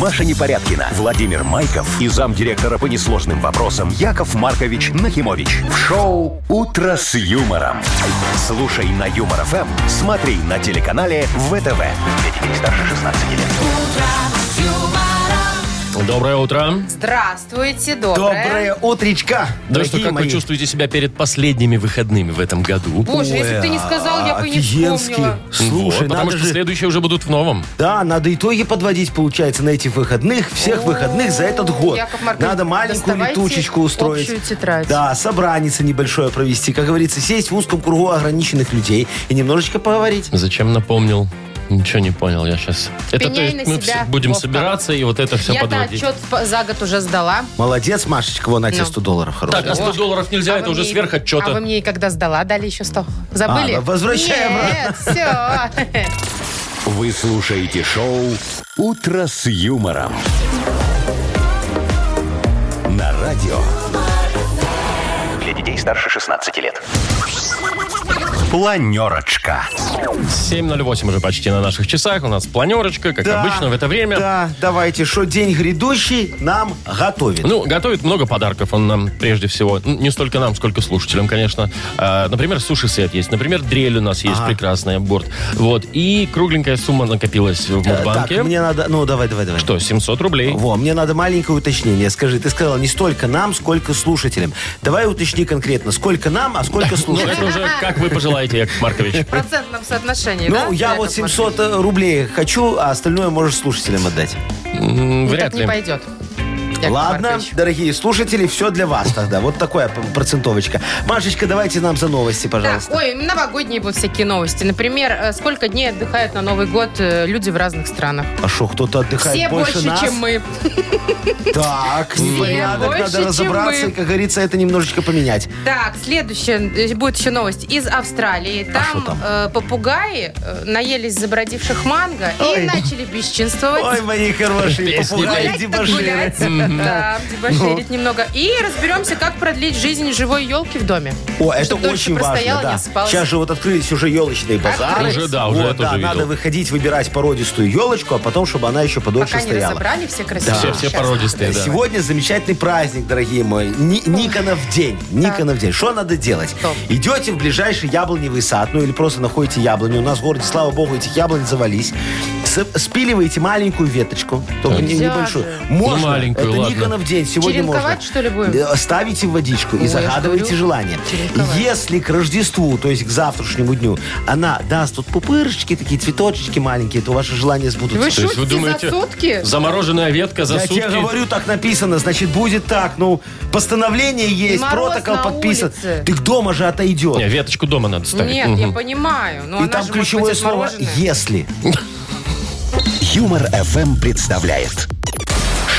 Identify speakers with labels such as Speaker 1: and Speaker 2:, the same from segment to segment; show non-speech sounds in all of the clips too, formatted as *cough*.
Speaker 1: Маша Непорядкина, Владимир Майков и замдиректора по несложным вопросам Яков Маркович Нахимович. В шоу «Утро с юмором». Слушай на Юмор ФМ, смотри на телеканале ВТВ. Для детей старше 16 лет.
Speaker 2: Доброе утро. Ну
Speaker 3: Здравствуйте, доброе.
Speaker 4: Доброе утречка,
Speaker 2: Да что,
Speaker 4: дорогие
Speaker 2: как
Speaker 4: мои.
Speaker 2: вы чувствуете себя перед последними выходными в этом году?
Speaker 3: Боже, если бы ты не сказал, я бы не
Speaker 4: Офигенски.
Speaker 3: вспомнила.
Speaker 4: Слушай,
Speaker 2: Вот, потому
Speaker 4: надо
Speaker 2: что
Speaker 4: же...
Speaker 2: следующие уже будут в новом.
Speaker 4: Да, надо итоги подводить, получается, на этих выходных, всех выходных за этот год.
Speaker 3: Яков Маркович,
Speaker 4: Надо маленькую
Speaker 3: доставайте
Speaker 4: летучечку устроить.
Speaker 3: общую тетрадь.
Speaker 4: Да, собраница небольшое провести. Как говорится, сесть в узком кругу ограниченных людей и немножечко поговорить.
Speaker 2: Зачем напомнил? Ничего не понял я сейчас. Это то
Speaker 3: Пеняй
Speaker 2: есть
Speaker 3: на
Speaker 2: мы
Speaker 3: себя,
Speaker 2: все будем
Speaker 3: Вовка.
Speaker 2: собираться и вот это все
Speaker 3: Я-то
Speaker 2: подводить.
Speaker 3: отчет по- за год уже сдала.
Speaker 4: Молодец, Машечка, вон на тебе
Speaker 3: Ну.
Speaker 4: 100 долларов
Speaker 2: Так,
Speaker 4: хороших.
Speaker 2: а 100 долларов нельзя,
Speaker 3: А
Speaker 2: это
Speaker 3: вы
Speaker 2: уже
Speaker 3: мне-
Speaker 2: сверх
Speaker 3: А вы
Speaker 2: отчета.
Speaker 3: мне и когда сдала, дали еще 100. Забыли?
Speaker 4: А, да, возвращай
Speaker 3: Нет, все.
Speaker 4: *laughs*
Speaker 1: Вы слушаете шоу «Утро с юмором». На радио. Для детей старше 16 лет. Планерочка.
Speaker 2: 7.08 уже почти на наших часах. У нас планерочка, как
Speaker 4: Да,
Speaker 2: обычно в это время.
Speaker 4: Да, давайте, что день грядущий нам готовит.
Speaker 2: Ну, готовит много подарков он нам, прежде всего. Н- Не столько нам, сколько слушателям, конечно. А, например, суши-сет есть. Например, дрель у нас есть прекрасная, борт. Вот. И кругленькая сумма накопилась в
Speaker 4: Э, так,
Speaker 2: Мудбанке.
Speaker 4: мне надо... Ну, давай, давай, давай.
Speaker 2: Что, 700 рублей?
Speaker 4: Во, мне надо маленькое уточнение. Скажи, ты сказал не столько нам, сколько слушателям. Давай уточни конкретно, сколько нам, а сколько
Speaker 2: Ну, это
Speaker 4: слушателям.
Speaker 2: уже как вы пожелаете, Яков
Speaker 4: *laughs*
Speaker 2: Маркович.
Speaker 3: В процентном соотношении, да?
Speaker 4: Ну, я
Speaker 3: Яков
Speaker 4: вот 700 рублей хочу, а остальное можешь слушателям отдать.
Speaker 2: М,
Speaker 3: Маркович? Ну,
Speaker 2: Вряд
Speaker 3: так не
Speaker 2: ли.
Speaker 3: пойдет. Яков
Speaker 4: Ладно,
Speaker 3: Маркович.
Speaker 4: дорогие слушатели, все для вас тогда. Вот такая п- процентовочка. Машечка, давайте нам за новости,
Speaker 3: Так,
Speaker 4: пожалуйста.
Speaker 3: ой, новогодние будут всякие новости. Например, э, сколько дней отдыхают на Новый год э, люди в разных странах?
Speaker 4: А что, кто-то отдыхает
Speaker 3: Все
Speaker 4: больше,
Speaker 3: больше,
Speaker 4: нас?
Speaker 3: чем мы.
Speaker 4: Так, непорядок,
Speaker 3: больше,
Speaker 4: надо
Speaker 3: чем
Speaker 4: разобраться
Speaker 3: мы.
Speaker 4: и, как говорится, это немножечко поменять.
Speaker 3: Так, следующая э, будет еще новость из Австралии.
Speaker 4: шо
Speaker 3: Там,
Speaker 4: А там?
Speaker 3: э, попугаи э, наелись забродивших манго
Speaker 4: Ой.
Speaker 3: и начали бесчинствовать.
Speaker 4: Ой, мои хорошие,
Speaker 2: Песни
Speaker 4: попугаи,
Speaker 2: петь.
Speaker 4: дебоширы.
Speaker 3: гулять. Да,
Speaker 4: Ну.
Speaker 3: дебоширить немного. И разберемся, как продлить жизнь живой елки в доме.
Speaker 4: О, это
Speaker 3: Чтоб дольше
Speaker 4: очень важно,
Speaker 3: простояла, не
Speaker 4: да.
Speaker 3: осыпалась.
Speaker 4: Сейчас же вот открылись уже елочные базары.
Speaker 2: Уже, да, уже
Speaker 4: Вот,
Speaker 2: я тоже
Speaker 4: да,
Speaker 2: видел.
Speaker 4: надо выходить, выбирать породистую елочку, а потом, чтобы она еще подольше
Speaker 3: Пока не
Speaker 4: стояла.
Speaker 3: разобрали, все красивые.
Speaker 2: Все, все
Speaker 3: Сейчас.
Speaker 2: породистые, да.
Speaker 4: Сегодня замечательный праздник, дорогие мои. Ни- Никонов день. Никонов день. Что надо делать?
Speaker 3: Что?
Speaker 4: Идете в ближайший яблоневый сад, ну или просто находите яблоню. У нас в городе, слава богу, этих яблонь завались. С- спиливаете маленькую веточку, только не-
Speaker 3: Нельзя
Speaker 4: небольшую.
Speaker 3: же.
Speaker 4: Можно.
Speaker 2: Ну, маленькую,
Speaker 4: Это
Speaker 2: ладно.
Speaker 4: Никонов день. Сегодня можно.
Speaker 3: Черенковать, что ли, будем?
Speaker 4: Э, Ставите в водичку
Speaker 3: Ой,
Speaker 4: и
Speaker 3: я ж
Speaker 4: загадывайте
Speaker 3: говорю,
Speaker 4: желание.
Speaker 3: черенковать.
Speaker 4: Если к Рождеству, то есть к завтрашнему дню, она даст тут пупырышечки, такие цветочки маленькие, то ваши желания сбудутся.
Speaker 3: Вы
Speaker 2: То есть вы
Speaker 3: шутите
Speaker 2: думаете,
Speaker 3: за сутки?
Speaker 2: замороженная ветка за
Speaker 4: Я тебе
Speaker 2: сутки?
Speaker 4: говорю, так написано, значит, будет так. Ну, постановление есть,
Speaker 3: Мороз
Speaker 4: протокол
Speaker 3: на
Speaker 4: подписан.
Speaker 3: улице.
Speaker 4: Ты к дома же отойдет.
Speaker 2: Не, веточку дома надо ставить.
Speaker 3: Нет,
Speaker 2: Мгм.
Speaker 3: я понимаю. Но
Speaker 4: И
Speaker 3: она
Speaker 4: там
Speaker 3: же
Speaker 4: ключевое
Speaker 3: может быть
Speaker 4: слово
Speaker 3: отмороженная.
Speaker 4: «если».
Speaker 1: Юмор FM представляет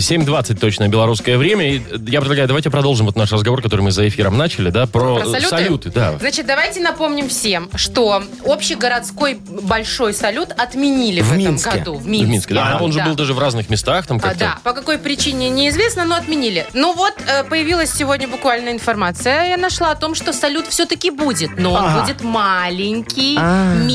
Speaker 2: 7.20 точно белорусское время. И э, я предлагаю, давайте продолжим вот наш разговор, который мы за эфиром начали, да, про,
Speaker 3: Про
Speaker 2: э, салюты. да.
Speaker 3: Значит, давайте напомним всем, что общегородской большой салют отменили в,
Speaker 4: В
Speaker 3: этом
Speaker 4: Минске.
Speaker 3: году. В
Speaker 2: В
Speaker 3: Минске.
Speaker 2: Минске, да. А Он же был даже в разных местах там
Speaker 3: А,
Speaker 2: как-то.
Speaker 3: да, по какой причине неизвестно, но отменили. Ну вот, э, появилась сегодня буквально информация. Я нашла о том, что салют все-таки будет, но он
Speaker 4: Ага. А.
Speaker 3: будет маленький,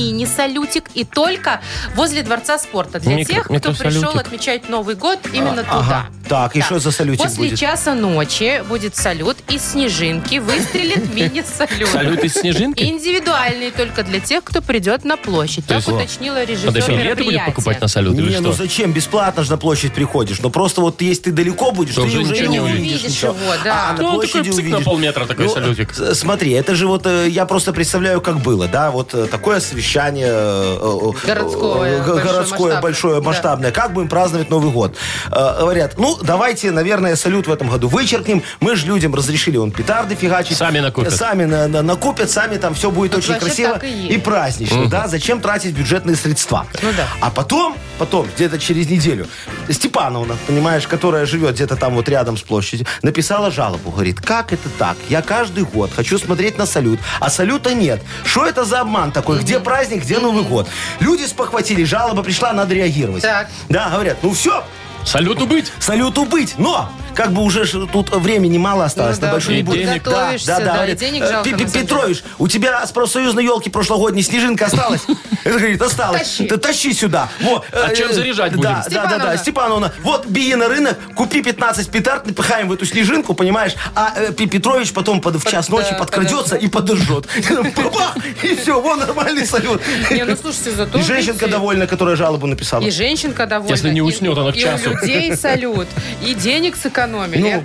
Speaker 3: мини-салютик, и только возле Дворца спорта. Для
Speaker 2: Микро-
Speaker 3: тех, кто
Speaker 2: микросалютик.
Speaker 3: пришел отмечать Новый год именно туда.
Speaker 4: А, Ага. Так, и что за салютик
Speaker 3: После
Speaker 4: будет?
Speaker 3: часа ночи будет салют, и снежинки
Speaker 4: *laughs*
Speaker 3: выстрелит мини-салют.
Speaker 2: Салют из снежинки?
Speaker 3: Индивидуальный только для тех, кто придет на площадь.
Speaker 2: То
Speaker 3: Так
Speaker 2: А, есть,
Speaker 4: А
Speaker 3: уточнила режиссер
Speaker 2: Надо билеты будет
Speaker 3: мероприятия.
Speaker 2: покупать на салют или
Speaker 4: Не, ну
Speaker 2: что?
Speaker 4: зачем? Бесплатно же на площадь приходишь. Но просто вот если ты далеко будешь,
Speaker 2: То
Speaker 4: ты
Speaker 2: уже
Speaker 4: уже
Speaker 2: ничего
Speaker 4: и
Speaker 2: не
Speaker 4: увидишь.
Speaker 3: увидишь.
Speaker 4: ничего.
Speaker 3: Ничего, да.
Speaker 4: А на
Speaker 2: Ну, он такой
Speaker 4: площади
Speaker 2: псык на
Speaker 4: увидишь. Ну,
Speaker 2: полметра такой салютик.
Speaker 4: с- Смотри, это же вот, э, я просто представляю, как было, да, вот э, такое совещание э, э,
Speaker 3: Городское,
Speaker 4: г-
Speaker 3: большое,
Speaker 4: городское
Speaker 3: масштабное.
Speaker 4: большое,
Speaker 3: Да.
Speaker 4: масштабное. Как будем праздновать Новый год? Э, Говорят, ну, давайте, наверное, салют в этом году вычеркнем. Мы же людям разрешили он петарды фигачить.
Speaker 2: Сами накупят.
Speaker 4: Сами на- на- накупят, сами там все будет очень
Speaker 3: вообще
Speaker 4: красиво
Speaker 3: Ну, так и есть.
Speaker 4: и празднично, да? Зачем тратить бюджетные средства?
Speaker 3: Ну да.
Speaker 4: А потом, потом, где-то через неделю, Степановна, понимаешь, которая живет где-то там вот рядом с площадью, написала жалобу. Говорит, как это так? Я каждый год хочу смотреть на салют, а салюта нет. Что это за обман такой? Где праздник, где Новый год? Люди спохватили, жалоба пришла, надо реагировать.
Speaker 3: Так.
Speaker 4: Да, говорят, ну все,
Speaker 2: Салюту быть!
Speaker 4: Салюту быть, но как бы уже ж тут времени мало осталось,
Speaker 3: Ну да,
Speaker 4: на большой
Speaker 2: и
Speaker 4: не будет.
Speaker 2: денег.
Speaker 3: Готовишься, да, и
Speaker 4: говорит,
Speaker 3: денег
Speaker 4: «Э,
Speaker 3: жалко,
Speaker 4: Пе-
Speaker 3: на
Speaker 4: Пе-
Speaker 3: самом деле».
Speaker 4: Петрович, у тебя с профсоюзной елки прошлогодней снежинка осталась?
Speaker 3: *laughs*
Speaker 4: Это говорит, осталась.
Speaker 3: Тащи.
Speaker 4: Ты тащи сюда. Во,
Speaker 2: А
Speaker 4: э,
Speaker 2: чем
Speaker 4: э,
Speaker 2: заряжать будем?
Speaker 4: Да, да, да,
Speaker 3: Степановна.
Speaker 4: да, Степановна, вот беги на рынок, купи 15 петард, напихаем в эту снежинку, понимаешь, а э, Пе- Петрович потом под- в час
Speaker 3: да,
Speaker 4: ночи подкрадется и подожжет. *laughs* Бабах! И все, вон нормальный салют.
Speaker 3: Не, ну слушайте, зато...
Speaker 4: И женщинка
Speaker 3: видите,
Speaker 4: довольна, которая жалобу написала.
Speaker 3: И женщинка довольна.
Speaker 2: Если не
Speaker 3: и-
Speaker 2: уснет она к
Speaker 3: и
Speaker 2: часу.
Speaker 3: у людей салют. И денег сэкономили.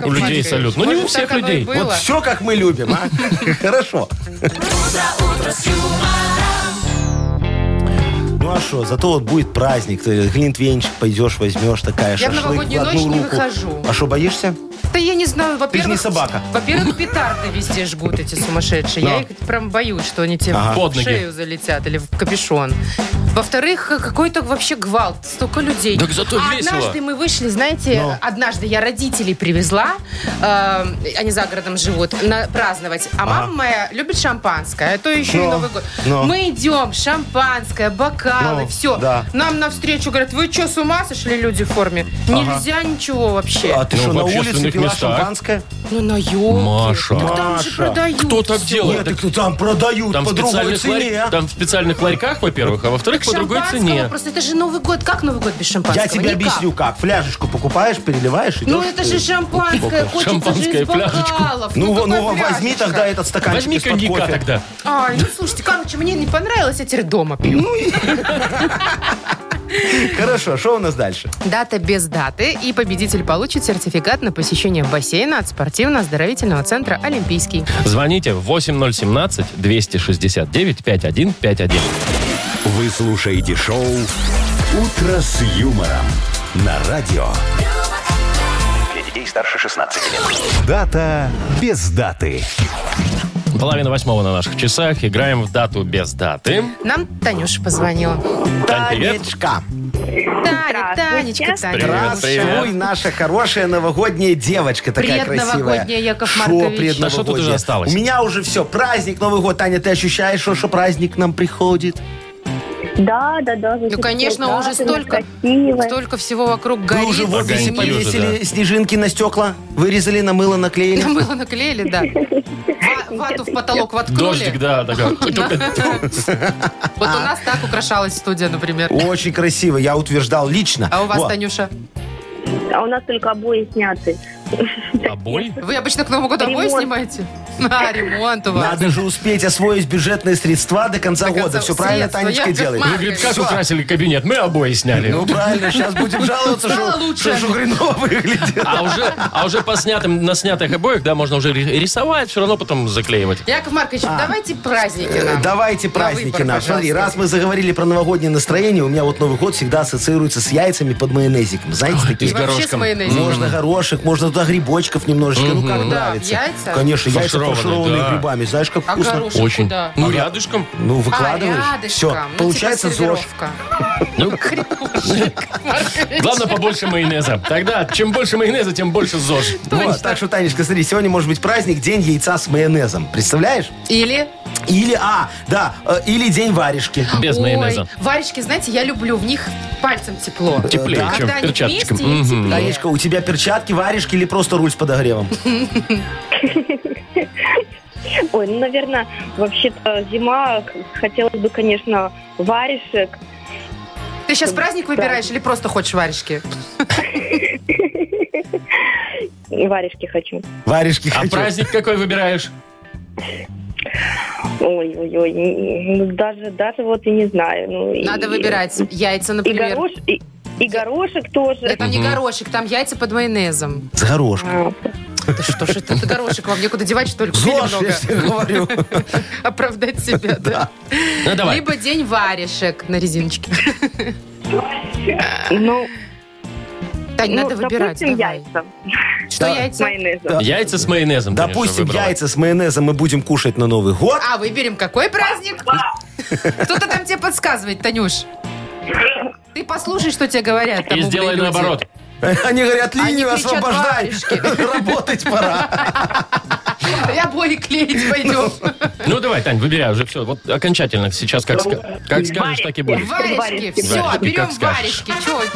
Speaker 4: Ну,
Speaker 2: у людей салют. Ну, не у
Speaker 3: Может,
Speaker 2: всех
Speaker 3: так оно и
Speaker 2: людей. Вот
Speaker 4: Вот
Speaker 3: было.
Speaker 4: все, как мы любим, а? *laughs* Хорошо. Ну а что, зато вот будет праздник, ты глинтвейнчик пойдешь, возьмешь, такая
Speaker 3: Я в
Speaker 4: шашлык
Speaker 3: новогоднюю
Speaker 4: одну
Speaker 3: ночь не
Speaker 4: руку.
Speaker 3: выхожу.
Speaker 4: А что, боишься?
Speaker 3: Да я не знаю, во-первых...
Speaker 4: не собака.
Speaker 3: Во-первых, петарды везде жгут эти сумасшедшие. Я
Speaker 4: Да.
Speaker 3: их прям боюсь, что они тебе
Speaker 4: Ага.
Speaker 2: Под
Speaker 3: в
Speaker 2: ноги.
Speaker 3: шею залетят или в капюшон. Во-вторых, какой-то вообще гвалт, столько людей.
Speaker 2: Так зато
Speaker 3: а
Speaker 2: весело.
Speaker 3: однажды мы вышли, знаете,
Speaker 4: Но.
Speaker 3: однажды я родителей привезла, э, они за городом живут, на, праздновать. А мама моя любит шампанское, а то еще и
Speaker 4: Но.
Speaker 3: Новый год.
Speaker 4: Но.
Speaker 3: Мы идем, шампанское, бокалы,
Speaker 4: Но.
Speaker 3: все.
Speaker 4: Да.
Speaker 3: Нам навстречу говорят, вы что, с ума сошли люди в форме? Нельзя ничего вообще.
Speaker 4: А ты
Speaker 2: Ну,
Speaker 4: что,
Speaker 2: в
Speaker 4: на улице
Speaker 2: общественных
Speaker 4: пила
Speaker 2: местах.
Speaker 4: шампанское?
Speaker 3: Ну, на елке.
Speaker 2: Маша.
Speaker 3: Так там же
Speaker 4: Маша.
Speaker 3: продают.
Speaker 2: Кто так
Speaker 3: всё.
Speaker 2: делает?
Speaker 4: Нет, так ну, там продают
Speaker 2: Там в,
Speaker 4: по другой
Speaker 2: специальных ларь-
Speaker 4: цене. а?
Speaker 2: там в специальных ларьках, во-первых, а во-вторых,
Speaker 3: Так
Speaker 2: по другой
Speaker 3: шампанского
Speaker 2: цене.
Speaker 3: Просто это же Новый год. Как Новый год без шампанского?
Speaker 4: Я тебе
Speaker 3: Никак.
Speaker 4: объясню как. Фляжечку покупаешь, переливаешь, идешь.
Speaker 3: Ну, это же шампанское. Хочется
Speaker 2: Шампанское,
Speaker 3: же из
Speaker 2: пляжечку.
Speaker 3: бокалов.
Speaker 4: Ну, во-
Speaker 3: какая
Speaker 4: ну, возьми
Speaker 3: пляжечка?
Speaker 4: тогда этот стаканчик
Speaker 2: Возьми
Speaker 4: из-под
Speaker 2: коньяка
Speaker 4: кофе.
Speaker 2: тогда.
Speaker 3: Ай, ну, слушайте, короче, мне не понравилось, я теперь дома пью.
Speaker 4: Ну. Хорошо, что у нас дальше?
Speaker 3: Дата без даты. И победитель получит сертификат на посещение бассейна от спортивно-оздоровительного центра «Олимпийский».
Speaker 2: Звоните 8017-269-5151.
Speaker 1: Вы слушаете шоу «Утро с юмором» на радио. Для детей старше 16 лет. Дата без даты.
Speaker 2: Половина восьмого на наших часах. Играем в дату без даты.
Speaker 3: Нам Танюша позвонила.
Speaker 2: Тань, привет.
Speaker 4: Танечка,
Speaker 3: Таня, Танечка, Таня.
Speaker 2: Привет,
Speaker 4: здравствуй,
Speaker 2: привет.
Speaker 4: наша хорошая новогодняя девочка такая красивая.
Speaker 3: Предновогодняя, Яков
Speaker 4: Шо
Speaker 3: Маркович.
Speaker 4: предновогодняя?
Speaker 2: Да что тут уже осталось?
Speaker 4: У меня уже все, праздник, Новый год. Таня, ты ощущаешь, что, что праздник к нам приходит?
Speaker 5: Да, да, да.
Speaker 3: Ну, конечно, уже столько, столько всего вокруг горит.
Speaker 4: Вы уже в офисе
Speaker 2: Огоньки уже,
Speaker 4: повесили снежинки на стекла, вырезали, на мыло наклеили.
Speaker 3: Мыло наклеили, да. Ва- Вату в потолок воткнули.
Speaker 2: Дождик, да,
Speaker 3: *laughs*
Speaker 2: такая.
Speaker 3: Вот
Speaker 5: А.
Speaker 3: у нас так украшалась студия, например.
Speaker 4: Очень красиво, я утверждал лично.
Speaker 3: А у вас,
Speaker 4: Вот.
Speaker 3: Танюша,
Speaker 5: А у нас только обои сняты. *laughs*
Speaker 2: Обои?
Speaker 3: вы обычно к Новому году обои
Speaker 5: Ремонт.
Speaker 3: снимаете? А, ремонт у вас.
Speaker 4: Надо же успеть освоить бюджетные средства до конца
Speaker 3: До конца
Speaker 4: года. Все правильно
Speaker 3: средства,
Speaker 4: Танечка
Speaker 3: Яков
Speaker 4: делает.
Speaker 2: Вы, говорит, как
Speaker 4: Всё.
Speaker 2: украсили кабинет? Мы обои сняли.
Speaker 4: Ну правильно, сейчас будем жаловаться,
Speaker 3: Стало
Speaker 4: что,
Speaker 3: лучше.
Speaker 4: что, что хреново выглядит.
Speaker 2: А уже, а уже по снятым, на снятых обоих, да, можно уже ри- рисовать, все равно потом заклеивать.
Speaker 3: Яков Маркович,
Speaker 5: А.
Speaker 3: давайте праздники
Speaker 4: Э,
Speaker 3: нам.
Speaker 4: Давайте
Speaker 3: На
Speaker 4: праздники
Speaker 3: выбор,
Speaker 4: нам. Смотри,
Speaker 3: пожалуйста.
Speaker 4: раз мы заговорили про новогоднее настроение, у меня вот Новый год всегда ассоциируется с яйцами под майонезиком. Знаете,
Speaker 2: И
Speaker 4: такие?
Speaker 2: с
Speaker 3: вообще с
Speaker 2: горошком.
Speaker 3: майонезом.
Speaker 4: Можно горошек, можно туда грибочков немножечко. Ну, как
Speaker 3: Мгм. Да, в
Speaker 4: нравится.
Speaker 3: яйца?
Speaker 4: Конечно, яйца
Speaker 2: Фаршированные,
Speaker 4: фаршированные
Speaker 2: да.
Speaker 4: грибами. Знаешь, как
Speaker 3: А
Speaker 4: вкусно.
Speaker 3: горошек
Speaker 2: Очень.
Speaker 3: куда?
Speaker 2: Ну, рядышком.
Speaker 4: Ну,
Speaker 3: А,
Speaker 4: выкладываешь.
Speaker 3: рядышком.
Speaker 4: Все,
Speaker 3: Ну,
Speaker 4: получается
Speaker 3: типа
Speaker 4: ЗОЖ.
Speaker 3: сервировка.
Speaker 2: Ну, Главное, побольше майонеза. Тогда чем больше майонеза, тем больше ЗОЖ.
Speaker 4: Вот,
Speaker 3: э,
Speaker 4: так что, Танечка, смотри, сегодня может быть праздник День яйца с майонезом. Представляешь?
Speaker 3: Или?
Speaker 4: Или, а, да, э, или День варежки.
Speaker 2: Без
Speaker 3: Ой,
Speaker 2: майонеза.
Speaker 3: Варежки, знаете, я люблю, в них пальцем тепло.
Speaker 2: Теплее,
Speaker 3: Да.
Speaker 2: чем
Speaker 3: Когда они
Speaker 2: перчаточком.
Speaker 3: вместе, им
Speaker 2: Мгм.
Speaker 3: теплее.
Speaker 4: Танечка, у тебя перчатки, варежки или просто руль с подогревом?
Speaker 5: Ой, ну, наверное, вообще-то зима, к- хотелось бы, конечно, варежек.
Speaker 3: Ты сейчас праздник выбираешь или просто хочешь варежки?
Speaker 5: И варежки хочу.
Speaker 4: Варежки
Speaker 2: А
Speaker 4: хочу.
Speaker 2: праздник какой выбираешь?
Speaker 5: Ой-ой-ой, н- ну, даже, даже вот и не знаю. Ну, и-
Speaker 3: Надо выбирать яйца,
Speaker 5: И,
Speaker 3: например.
Speaker 5: горош, и, и горошек тоже.
Speaker 3: Да Э, там не
Speaker 2: Мгм.
Speaker 3: горошек, там яйца под майонезом.
Speaker 4: С горошком.
Speaker 5: А,
Speaker 3: Да что ж это, ты горошек вам некуда девать, что ли? Купили
Speaker 4: ЗОЖ, я
Speaker 3: много.
Speaker 4: ж тебе
Speaker 3: *laughs*
Speaker 4: говорю.
Speaker 3: Оправдать себя, да.
Speaker 2: Ну, давай.
Speaker 3: Либо день варежек на резиночке.
Speaker 5: ну,
Speaker 3: Тань,
Speaker 5: ну,
Speaker 3: Э, надо выбирать,
Speaker 5: допустим,
Speaker 3: давай.
Speaker 5: яйца
Speaker 3: Что
Speaker 4: Да.
Speaker 5: с
Speaker 3: яйца?
Speaker 5: майонезом.
Speaker 2: Яйца с майонезом, конечно,
Speaker 4: Допустим,
Speaker 2: выбрала.
Speaker 4: яйца с майонезом мы будем кушать на Новый год.
Speaker 3: А, выберем какой праздник? Кто-то там тебе подсказывает,
Speaker 5: *laughs*
Speaker 3: Танюш. Ты послушай, что тебе говорят. там
Speaker 2: И
Speaker 3: умные
Speaker 2: сделай
Speaker 3: люди.
Speaker 2: наоборот.
Speaker 4: *laughs* Они говорят,
Speaker 3: Они
Speaker 4: линию
Speaker 3: кричат,
Speaker 4: освобождай. *laughs* Работать пора.
Speaker 3: Я обои клеить пойдем.
Speaker 2: Ну давай, Тань, выбирай уже все. Вот окончательно сейчас как, ска- как скажешь, так и будет.
Speaker 3: *laughs* Варежки,
Speaker 5: Ну, Варежки.
Speaker 3: все,
Speaker 2: Варежки,
Speaker 3: берем
Speaker 2: как скажешь.
Speaker 3: варежки.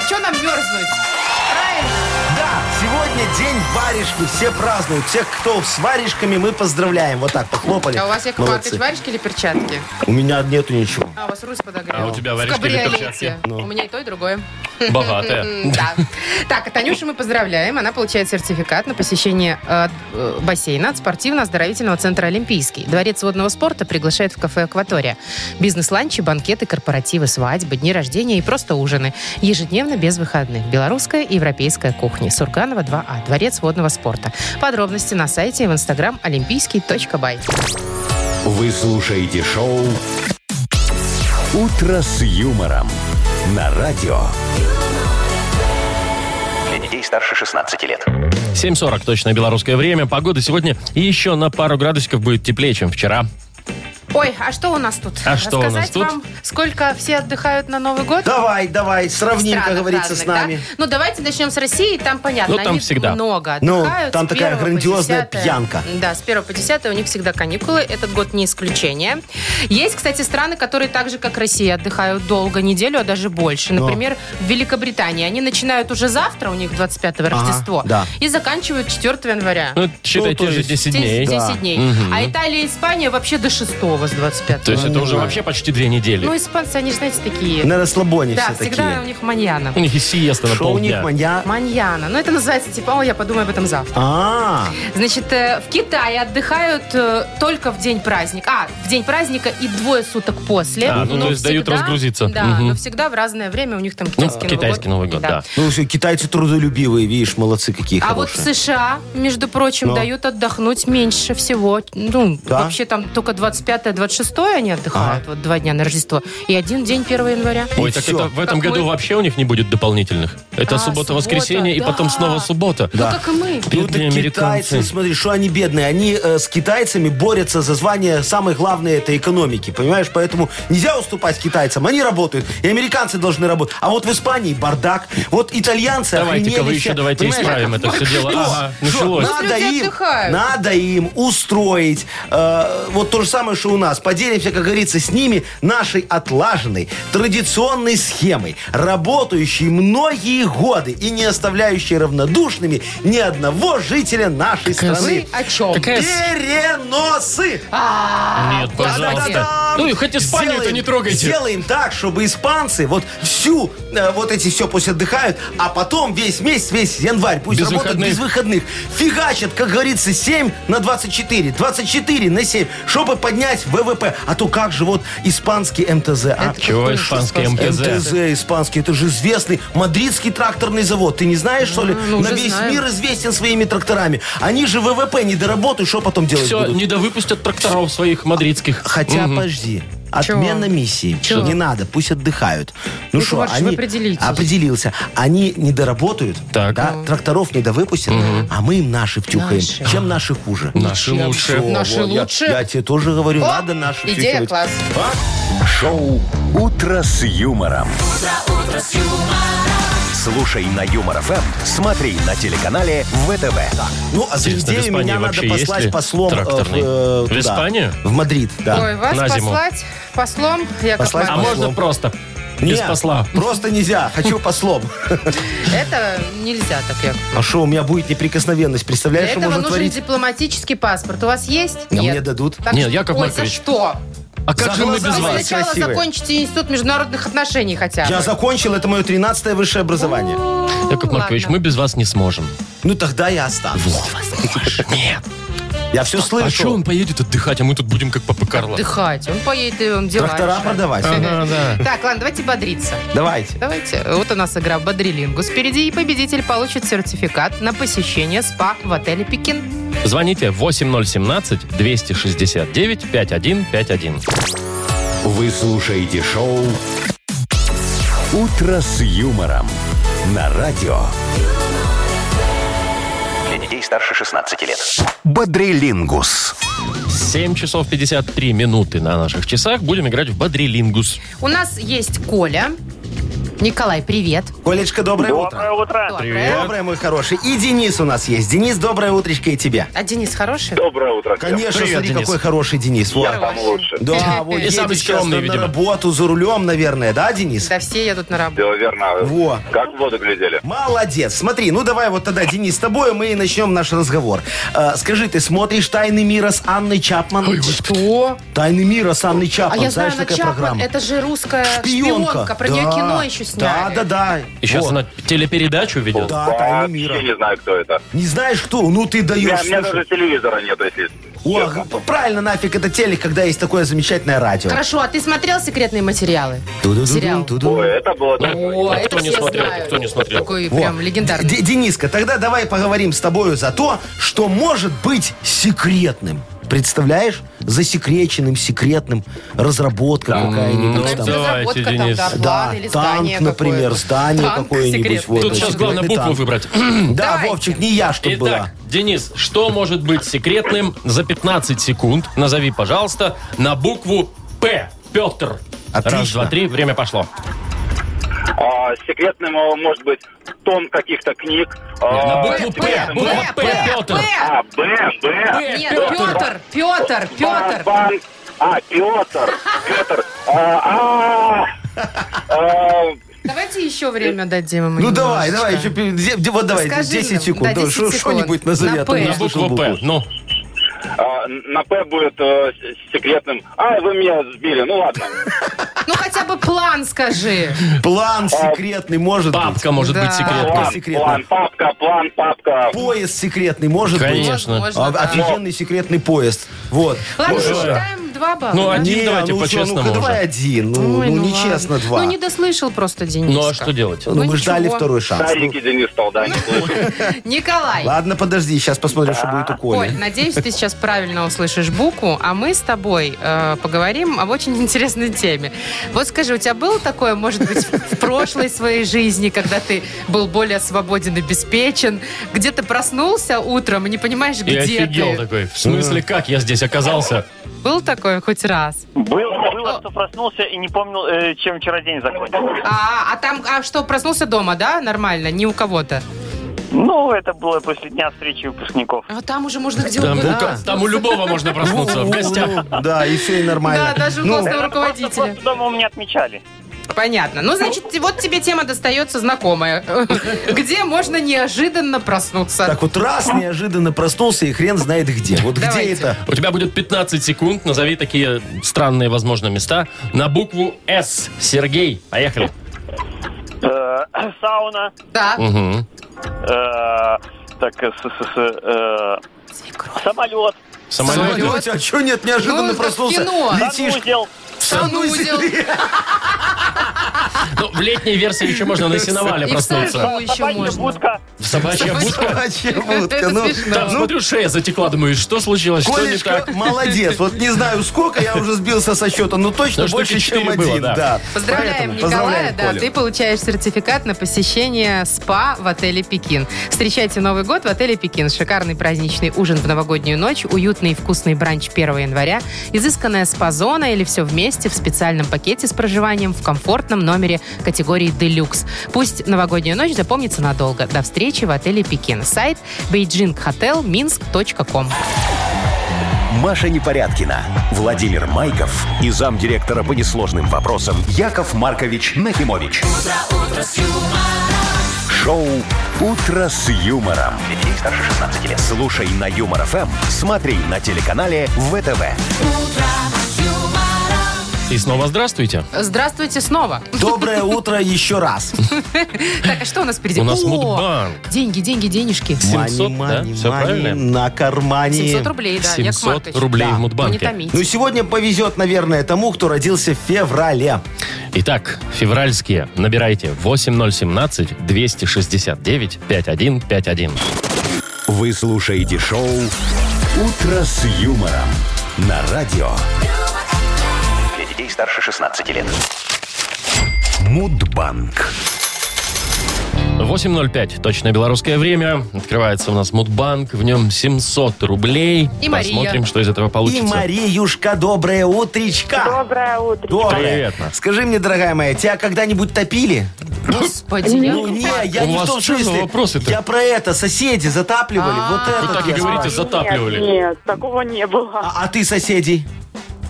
Speaker 3: Че нам мерзнуть? Правильно.
Speaker 4: День варежки. Все празднуют. Всех, кто с варежками, мы поздравляем. Вот так, похлопали.
Speaker 3: А у вас, Яков
Speaker 4: Молодцы.
Speaker 3: Маркович, варежки или перчатки?
Speaker 4: У меня нету ничего.
Speaker 3: А, у вас Русь подогрел.
Speaker 2: А у тебя
Speaker 3: В
Speaker 2: варежки Ну. или
Speaker 3: кабриолете.
Speaker 2: перчатки?
Speaker 3: У меня и то, и другое.
Speaker 2: Богатая.
Speaker 3: М, Да. Так, а Танюшу мы поздравляем. Она получает сертификат на посещение э, э, бассейна от спортивно-оздоровительного центра «Олимпийский». Дворец водного спорта приглашает в кафе «Акватория». Бизнес-ланчи, банкеты, корпоративы, свадьбы, дни рождения и просто ужины. Ежедневно без выходных. Белорусская и европейская кухни. Сурганова 2А. Дворец водного спорта. Подробности на сайте и в инстаграм олимпийский.бай.
Speaker 1: Вы слушаете шоу «Утро с юмором» на радио.
Speaker 6: Для детей старше 16 лет.
Speaker 2: 7.40 точно белорусское время. Погода сегодня еще на пару градусиков будет теплее, чем вчера.
Speaker 3: Ой, а что у нас тут?
Speaker 2: А что у нас
Speaker 3: Рассказать
Speaker 2: тут?
Speaker 3: вам, сколько все отдыхают на Новый год?
Speaker 4: Давай, давай, сравним,
Speaker 3: странах
Speaker 4: как говорится,
Speaker 3: разных,
Speaker 4: с нами.
Speaker 3: да? Ну, давайте начнем с России. Там понятно,
Speaker 2: Ну, там
Speaker 3: они
Speaker 2: всегда.
Speaker 3: много
Speaker 4: Ну,
Speaker 3: отдыхают.
Speaker 4: там
Speaker 3: С
Speaker 4: такая
Speaker 3: 1 по
Speaker 4: грандиозная
Speaker 3: 10.
Speaker 4: пьянка.
Speaker 3: Да, с 1 по 10 у них всегда каникулы. Этот год не исключение. Есть, кстати, страны, которые так же, как Россия, отдыхают долго, неделю, а даже больше.
Speaker 4: Но.
Speaker 3: Например, в Великобритании. Они начинают уже завтра, у них 25 Рождество,
Speaker 4: да.
Speaker 3: и заканчивают 4 января.
Speaker 2: Ну, считай,
Speaker 4: то
Speaker 2: те же
Speaker 4: есть
Speaker 2: 10
Speaker 3: Здесь
Speaker 2: дней.
Speaker 3: 10
Speaker 4: Да.
Speaker 3: дней. А Италия и Испания вообще до 6 с 25
Speaker 2: То есть это уже вообще почти две недели.
Speaker 3: Ну, испанцы, они, же, знаете, такие...
Speaker 2: Ну,
Speaker 4: На расслабоне
Speaker 3: да,
Speaker 4: все
Speaker 3: всегда у
Speaker 4: такие.
Speaker 3: них маньяна.
Speaker 2: У них и сиеста на
Speaker 4: Что у них
Speaker 2: полдня.
Speaker 4: манья?
Speaker 3: Маньяна. Ну, это называется типа, о, я подумаю об этом завтра.
Speaker 4: А,
Speaker 3: Значит, э, в Китае отдыхают э, только в день праздника. А, в день праздника и двое суток после.
Speaker 2: А, ну,
Speaker 3: Но
Speaker 2: то есть дают разгрузиться.
Speaker 3: Да,
Speaker 2: Мгм.
Speaker 3: но всегда в разное время у них там
Speaker 2: Ну,
Speaker 3: китайский, Новый,
Speaker 2: китайский Новый год, да.
Speaker 4: ну все, китайцы трудолюбивые, видишь, молодцы какие
Speaker 3: А вот в
Speaker 4: хорошие.
Speaker 3: США, между прочим,
Speaker 4: Но.
Speaker 3: дают отдохнуть меньше всего. Ну,
Speaker 4: Да?
Speaker 3: вообще там только 25-26 они отдыхают, вот два дня на Рождество. И один день 1 января.
Speaker 2: Ой,
Speaker 4: И
Speaker 2: так
Speaker 4: всё.
Speaker 2: это в этом
Speaker 3: Какой-
Speaker 2: году вообще у них не будет дополнительных. Это
Speaker 3: А,
Speaker 2: суббота-воскресенье и
Speaker 3: суббота,
Speaker 2: потом
Speaker 3: да.
Speaker 2: снова суббота.
Speaker 3: Ну, как и мы.
Speaker 4: Ну, так
Speaker 2: Бедные
Speaker 4: китайцы,
Speaker 2: американцы.
Speaker 4: смотри, что они бедные. Они э, с китайцами борются за звание самой главной этой экономики, понимаешь? Поэтому нельзя уступать китайцам. Они работают, и американцы должны работать. А вот в Испании бардак. Вот итальянцы
Speaker 2: Давайте-ка вы
Speaker 4: охренели
Speaker 2: еще
Speaker 4: все,
Speaker 2: давайте
Speaker 4: понимаешь?
Speaker 2: исправим это все дело.
Speaker 4: Что?
Speaker 2: Ага,
Speaker 4: Что?
Speaker 2: началось.
Speaker 3: Ну,
Speaker 4: Надо
Speaker 3: люди
Speaker 4: им,
Speaker 3: отдыхают.
Speaker 4: надо им устроить э, вот то же самое, что у нас. Поделимся, как говорится, с ними нашей отлаженной традиционной схемой, работающей многие годы и не оставляющей равнодушными ни одного жителя нашей страны.
Speaker 3: Вы о чем?
Speaker 2: Какая с-
Speaker 4: Переносы!
Speaker 2: Нет, пожалуйста.
Speaker 4: Да-да-да-дам!
Speaker 2: Ну и хоть Испанию-то
Speaker 4: Сделаем-
Speaker 2: не трогайте.
Speaker 4: Сделаем так, чтобы испанцы вот всю, э, вот эти все пусть отдыхают, а потом весь месяц, весь январь пусть
Speaker 2: Без
Speaker 4: работают
Speaker 2: выходных.
Speaker 4: без выходных. Фигачат, как говорится, 7 на 24, 24 на 7, чтобы поднять ВВП. А то как же вот испанский МТЗ, а?
Speaker 2: Чего испанский МТЗ?
Speaker 4: МТЗ испанский, это же известный мадридский тракторный завод. Ты не знаешь, что ли?
Speaker 3: ну,
Speaker 4: На
Speaker 3: уже
Speaker 4: весь
Speaker 3: знаю.
Speaker 4: мир известен своими тракторами. Они же ВВП не доработают, что потом делать
Speaker 2: Все,
Speaker 4: будут?
Speaker 2: недовыпустят тракторов своих мадридских.
Speaker 4: Хотя, подожди. Отмена миссии.
Speaker 3: Чего?
Speaker 4: Не надо, пусть отдыхают. Ну что,
Speaker 3: Вовчик, вы
Speaker 4: они...
Speaker 3: определитесь.
Speaker 4: Определился. Они не доработают,
Speaker 2: Так.
Speaker 4: да, тракторов не довыпустят, а мы им наши втюхаем.
Speaker 3: Наши.
Speaker 4: Чем наши хуже?
Speaker 2: Наши лучше.
Speaker 4: Всё,
Speaker 3: Наши
Speaker 4: вот, я-
Speaker 3: лучше.
Speaker 4: Я, тебе тоже говорю, надо наши
Speaker 3: Идея
Speaker 4: втюхивать.
Speaker 3: класс.
Speaker 1: Шоу «Утро с юмором». Слушай на Юмор ФМ, смотри на телеканале ВТВ.
Speaker 4: Ну, а за
Speaker 2: Интересно, в
Speaker 4: идею
Speaker 2: Испании
Speaker 4: меня надо
Speaker 2: вообще есть ли
Speaker 4: послать послом э, в,
Speaker 2: тракторный?
Speaker 4: э,
Speaker 2: В
Speaker 4: туда,
Speaker 2: Испанию?
Speaker 4: В Мадрид, да.
Speaker 3: Ой, вас
Speaker 2: На зиму.
Speaker 3: послать послом, Яков
Speaker 4: Послать
Speaker 2: А
Speaker 3: Маркович.
Speaker 2: можно просто без
Speaker 4: Не,
Speaker 2: посла?
Speaker 4: Просто нельзя.
Speaker 2: *laughs*
Speaker 4: Хочу послом.
Speaker 2: А.
Speaker 3: Это нельзя так, Яков
Speaker 4: А что, у меня будет неприкосновенность.
Speaker 3: Для
Speaker 4: Представляешь, что
Speaker 3: этого
Speaker 4: можно
Speaker 3: нужен
Speaker 4: творить?
Speaker 3: дипломатический паспорт. У вас есть?
Speaker 4: А Мне дадут.
Speaker 3: Так
Speaker 2: Нет,
Speaker 3: что-
Speaker 2: Яков
Speaker 3: Ой,
Speaker 2: Маркович.
Speaker 3: за что?
Speaker 2: А как же мы без
Speaker 4: Заглаза-
Speaker 3: Вы
Speaker 2: вас?
Speaker 3: сначала
Speaker 4: красивые.
Speaker 3: закончите институт международных отношений хотя бы.
Speaker 4: Я закончил, это мое 13 высшее образование.
Speaker 3: Ну,
Speaker 2: Яков Маркович, мы
Speaker 3: ладно.
Speaker 2: без вас не сможем.
Speaker 4: Ну тогда я останусь.
Speaker 2: Нет.
Speaker 4: Я все
Speaker 2: А что
Speaker 4: слышу.
Speaker 2: он поедет отдыхать, а мы тут будем как Папа Карло?
Speaker 3: Отдыхать. Он поедет и он дела.
Speaker 4: Трактора
Speaker 3: решает.
Speaker 4: продавать.
Speaker 2: Ага, да.
Speaker 3: Так, ладно, давайте бодриться.
Speaker 4: Давайте.
Speaker 3: Давайте. Вот у нас игра «Бодрилингус» впереди, и победитель получит сертификат на посещение СПА в отеле «Пекин».
Speaker 2: Звоните 8017-269-5151.
Speaker 1: Вы слушаете шоу «Утро с юмором» на радио.
Speaker 6: Для детей старше 16 лет.
Speaker 1: Бодрилингус.
Speaker 2: 7 часов 53 минуты на наших часах. Будем играть в Бодрилингус.
Speaker 3: У нас есть Коля. Николай, привет.
Speaker 4: Колечка, доброе,
Speaker 7: Доброе
Speaker 4: утро.
Speaker 7: утро.
Speaker 2: Привет.
Speaker 4: Доброе, мой хороший. И Денис у нас есть. Денис, доброе утречко и тебе.
Speaker 3: А Денис хороший?
Speaker 7: Доброе утро. всем.
Speaker 4: Конечно,
Speaker 2: Привет,
Speaker 4: смотри,
Speaker 2: Денис.
Speaker 4: какой хороший Денис. Вот.
Speaker 7: Я там лучше.
Speaker 2: *laughs*
Speaker 4: Да, вот
Speaker 3: И
Speaker 4: едет
Speaker 2: самый
Speaker 4: сейчас
Speaker 2: скромный,
Speaker 4: на- на
Speaker 2: видимо.
Speaker 4: работу за рулем, наверное, да, Денис?
Speaker 3: Да все едут на работу.
Speaker 7: Все верно.
Speaker 4: Во.
Speaker 7: Как в воду глядели.
Speaker 4: Молодец. Смотри, ну давай вот тогда, Денис, с тобой мы и начнем наш разговор. Э, скажи, ты смотришь «Тайны мира» с Анной Чапман?
Speaker 3: Что?
Speaker 4: «Тайны мира» с Анной
Speaker 3: А
Speaker 4: Чапман.
Speaker 3: я знаю,
Speaker 4: Знаешь,
Speaker 3: она
Speaker 4: такая
Speaker 3: Чапман,
Speaker 4: программа?
Speaker 3: это же русская шпионка. Про нее
Speaker 4: Да.
Speaker 3: кино еще сняли.
Speaker 4: Да, да, да.
Speaker 2: И сейчас
Speaker 4: Вот.
Speaker 2: она телепередачу ведет.
Speaker 4: Да, «Тайны
Speaker 7: Вообще
Speaker 4: мира».
Speaker 7: А, не знаю, кто это.
Speaker 4: Не знаешь, кто? Ну ты
Speaker 7: У меня,
Speaker 4: даешь.
Speaker 7: у
Speaker 4: слушай.
Speaker 7: меня даже телевизора нет, если
Speaker 4: О,
Speaker 7: честно.
Speaker 4: г- правильно нафиг это телек, когда есть такое замечательное радио.
Speaker 3: Хорошо, а ты смотрел секретные материалы?
Speaker 4: Ту-ду-ду-ду,
Speaker 3: Сериал.
Speaker 4: ту-ду.
Speaker 7: Ой, это было давно.
Speaker 3: О,
Speaker 2: А
Speaker 3: это
Speaker 2: кто не
Speaker 3: все
Speaker 2: смотрел,
Speaker 3: знают.
Speaker 2: кто не смотрел?
Speaker 3: Такой
Speaker 4: Во.
Speaker 3: прям легендарный.
Speaker 4: Д- Дениска, тогда давай поговорим с тобою за то, что может быть секретным. Представляешь? Засекреченным, секретным. Разработка
Speaker 2: ну,
Speaker 4: какая-нибудь
Speaker 3: Это
Speaker 4: там.
Speaker 2: да.
Speaker 3: разработка там,
Speaker 2: Денис.
Speaker 3: да,
Speaker 2: Да,
Speaker 3: план или
Speaker 4: танк,
Speaker 3: здание
Speaker 4: например,
Speaker 3: какое-то.
Speaker 4: здание
Speaker 3: Танк
Speaker 4: какое-нибудь.
Speaker 3: секретный.
Speaker 4: Вот,
Speaker 2: Тут сейчас
Speaker 4: секретный
Speaker 2: главное букву
Speaker 4: танк.
Speaker 2: выбрать.
Speaker 4: *clears throat* Да,
Speaker 3: Давайте.
Speaker 4: Вовчик, не я, чтоб была.
Speaker 2: Итак, Денис, что может быть секретным за 15 секунд? Назови, пожалуйста, на букву П. Петр.
Speaker 4: Отлично.
Speaker 2: Раз, два, три, время пошло.
Speaker 7: А, секретным а, может быть том каких-то книг.
Speaker 2: На
Speaker 7: А,
Speaker 2: букву П.
Speaker 3: П,
Speaker 2: Буква
Speaker 3: П,
Speaker 2: П. Петр.
Speaker 3: П.
Speaker 7: А, Б, Б.
Speaker 2: П,
Speaker 3: Нет,
Speaker 2: Петр.
Speaker 3: Петр, Петр, Петр.
Speaker 7: Банк. А, Петр. Петр. А, а, а,
Speaker 3: Давайте еще время дадим ему
Speaker 4: Ну давай,
Speaker 3: немножечко.
Speaker 4: давай, еще, пи- де- де- вот давай,
Speaker 3: Скажи
Speaker 4: 10
Speaker 3: нам,
Speaker 4: секунд.
Speaker 3: да,
Speaker 4: Давай,
Speaker 3: 10
Speaker 4: шо-
Speaker 3: секунд.
Speaker 4: Что-нибудь назови,
Speaker 3: На
Speaker 4: а то
Speaker 3: «П».
Speaker 4: не
Speaker 2: На
Speaker 4: слышал
Speaker 2: букву П.
Speaker 4: букву.
Speaker 2: Ну,
Speaker 7: а, на П будет э, с- секретным. А, вы меня сбили. Ну ладно.
Speaker 3: Ну хотя бы план скажи.
Speaker 4: План секретный может быть.
Speaker 2: папка может
Speaker 3: Да.
Speaker 2: быть секретной.
Speaker 4: Папка.
Speaker 7: План,
Speaker 4: секретно.
Speaker 7: план, папка, план, папка.
Speaker 4: Поезд секретный может быть.
Speaker 2: Конечно.
Speaker 3: Возможно,
Speaker 4: А-
Speaker 3: да.
Speaker 4: Офигенный секретный поезд. Вот.
Speaker 3: Ладно,
Speaker 2: Боже.
Speaker 3: считаем два балла.
Speaker 2: Ну,
Speaker 3: да?
Speaker 2: один.
Speaker 4: Не,
Speaker 2: давайте
Speaker 4: ну, всё,
Speaker 2: по-честному
Speaker 4: Ну-ка,
Speaker 2: уже.
Speaker 4: давай один. Ну,
Speaker 3: Ой,
Speaker 4: ну,
Speaker 3: ладно.
Speaker 4: нечестно два.
Speaker 3: Ну не дослышал просто Денис.
Speaker 2: Ну а что делать?
Speaker 4: Ну,
Speaker 3: ну,
Speaker 4: мы ждали
Speaker 3: ничего.
Speaker 4: второй шанс. Ну,
Speaker 7: Старенький Денис стал, да, не слышу.
Speaker 3: Николай.
Speaker 4: ладно, подожди, сейчас посмотрим, что будет у
Speaker 3: Коль,
Speaker 4: Коли.
Speaker 3: надеюсь, ты сейчас правильно услышишь букву, а мы с тобой э, поговорим об очень *laughs* интересной теме. Вот скажи, у тебя было такое, может быть, в прошлой своей жизни, когда ты был более свободен и обеспечен, где ты проснулся утром и не понимаешь,
Speaker 2: И
Speaker 3: где
Speaker 2: офигел
Speaker 3: ты?
Speaker 2: такой. В смысле, как я здесь оказался?
Speaker 3: Был такое хоть раз?
Speaker 8: Было, было, что а проснулся и не помнил, э, чем вчера день закончился.
Speaker 3: А, а там, а что, проснулся дома, да? Нормально, не у кого-то.
Speaker 8: Ну, это было после дня встречи выпускников.
Speaker 3: А там уже можно где
Speaker 2: Там,
Speaker 3: угодно.
Speaker 2: у ка- там у любого можно проснуться в гостях.
Speaker 4: Ну, Да, и все и нормально.
Speaker 3: Да, даже у
Speaker 4: Ну,
Speaker 3: классного
Speaker 8: Просто,
Speaker 3: руководителя.
Speaker 8: просто дома у меня отмечали.
Speaker 3: Понятно. Ну, значит, вот тебе тема достается *laughs* знакомая. Где можно неожиданно проснуться.
Speaker 4: Так вот раз неожиданно проснулся и хрен знает где. Вот
Speaker 3: Давайте.
Speaker 4: где это?
Speaker 2: У тебя будет 15 секунд. Назови такие странные, возможно, места. На букву С. Сергей, поехали.
Speaker 8: Э, сауна.
Speaker 3: Да.
Speaker 2: Мгм.
Speaker 8: э, так, э, с, с- с- э, самолет.
Speaker 2: Самолет.
Speaker 3: Самолет.
Speaker 4: Смотрите, а что нет, неожиданно
Speaker 3: Ну, так
Speaker 4: проснулся?
Speaker 3: в кино.
Speaker 4: Летишь
Speaker 8: Санузел.
Speaker 4: в санузел. *laughs*
Speaker 2: Ну, в летней версии еще можно на сеновале
Speaker 3: И в
Speaker 2: проснуться.
Speaker 3: саржу еще
Speaker 8: собачья
Speaker 3: можно.
Speaker 8: будка.
Speaker 2: В собачья будка.
Speaker 4: Собачья
Speaker 3: Это
Speaker 4: будка. Ну,
Speaker 3: смешно.
Speaker 2: Там, смотрю, шея затекла, думаю, что случилось, что не
Speaker 4: Колечка,
Speaker 2: так. *laughs*
Speaker 4: молодец. Вот не знаю, сколько я уже сбился со счета, но точно
Speaker 2: Ну, штуки
Speaker 4: больше, чем
Speaker 2: четыре было,
Speaker 4: один.
Speaker 2: да.
Speaker 4: да.
Speaker 3: Поздравляем
Speaker 4: Поэтому
Speaker 3: Николая,
Speaker 4: поздравляем
Speaker 3: да,
Speaker 4: Колю.
Speaker 3: ты получаешь сертификат на посещение СПА в отеле «Пекин». Встречайте Новый год в отеле «Пекин». Шикарный праздничный ужин в новогоднюю ночь, уютный и вкусный бранч 1 января, изысканная СПА-зона или все вместе в специальном пакете с проживанием в комфортном номере категории «Делюкс». Пусть новогодняя ночь запомнится надолго. До встречи в отеле «Пекин». Сайт beijinghotelminsk.com
Speaker 1: Маша Непорядкина, Владимир Майков и замдиректора по несложным вопросам Яков Маркович Нахимович. Шоу Утро с юмором. Детей старше 16 лет. Слушай на юмор ФМ, смотри на телеканале ВТВ.
Speaker 2: И снова здравствуйте.
Speaker 3: Здравствуйте снова.
Speaker 4: Доброе утро
Speaker 2: *laughs*
Speaker 4: еще раз.
Speaker 3: Так, а что у нас впереди?
Speaker 2: У нас
Speaker 3: О,
Speaker 2: Мудбанк.
Speaker 3: Деньги, деньги,
Speaker 2: 700,
Speaker 3: денежки.
Speaker 4: Мани,
Speaker 2: да?
Speaker 4: мани,
Speaker 2: Все
Speaker 4: мани
Speaker 2: правильно?
Speaker 4: На кармане.
Speaker 3: 700 рублей, да, Яков
Speaker 2: 700
Speaker 3: Маркович.
Speaker 2: рублей
Speaker 4: Да.
Speaker 2: в
Speaker 3: Ну, не
Speaker 2: Мудбанке.
Speaker 3: томите.
Speaker 4: Ну, сегодня повезет, наверное, тому, кто родился в феврале.
Speaker 2: Итак, февральские. Набирайте 8017-269-5151.
Speaker 1: Вы слушаете шоу Утро с юмором на радио
Speaker 6: Для детей старше 16 лет.
Speaker 1: Мудбанк.
Speaker 2: 8.05, точное белорусское время. Открывается у нас Мудбанк, в нем 700 рублей.
Speaker 3: И Мария.
Speaker 2: Посмотрим, что из этого
Speaker 4: И
Speaker 2: получится.
Speaker 4: Мариюшка, доброе утречка.
Speaker 5: Доброе утро.
Speaker 4: Доброе.
Speaker 2: Привет, Маш.
Speaker 4: Скажи мне, дорогая моя, тебя когда-нибудь топили?
Speaker 3: Господи,
Speaker 4: Ну,
Speaker 3: я-
Speaker 4: не, я
Speaker 2: У
Speaker 4: не в
Speaker 2: вас
Speaker 4: том
Speaker 2: что за
Speaker 4: смысле.
Speaker 2: вопросы-то?
Speaker 4: Я про это, соседи затапливали.
Speaker 3: А.
Speaker 4: Вот
Speaker 2: Вы
Speaker 4: это
Speaker 2: так и
Speaker 4: я
Speaker 2: говорите,
Speaker 4: спрашиваю.
Speaker 2: затапливали.
Speaker 5: Нет, нет, такого не было
Speaker 4: А а ты соседей?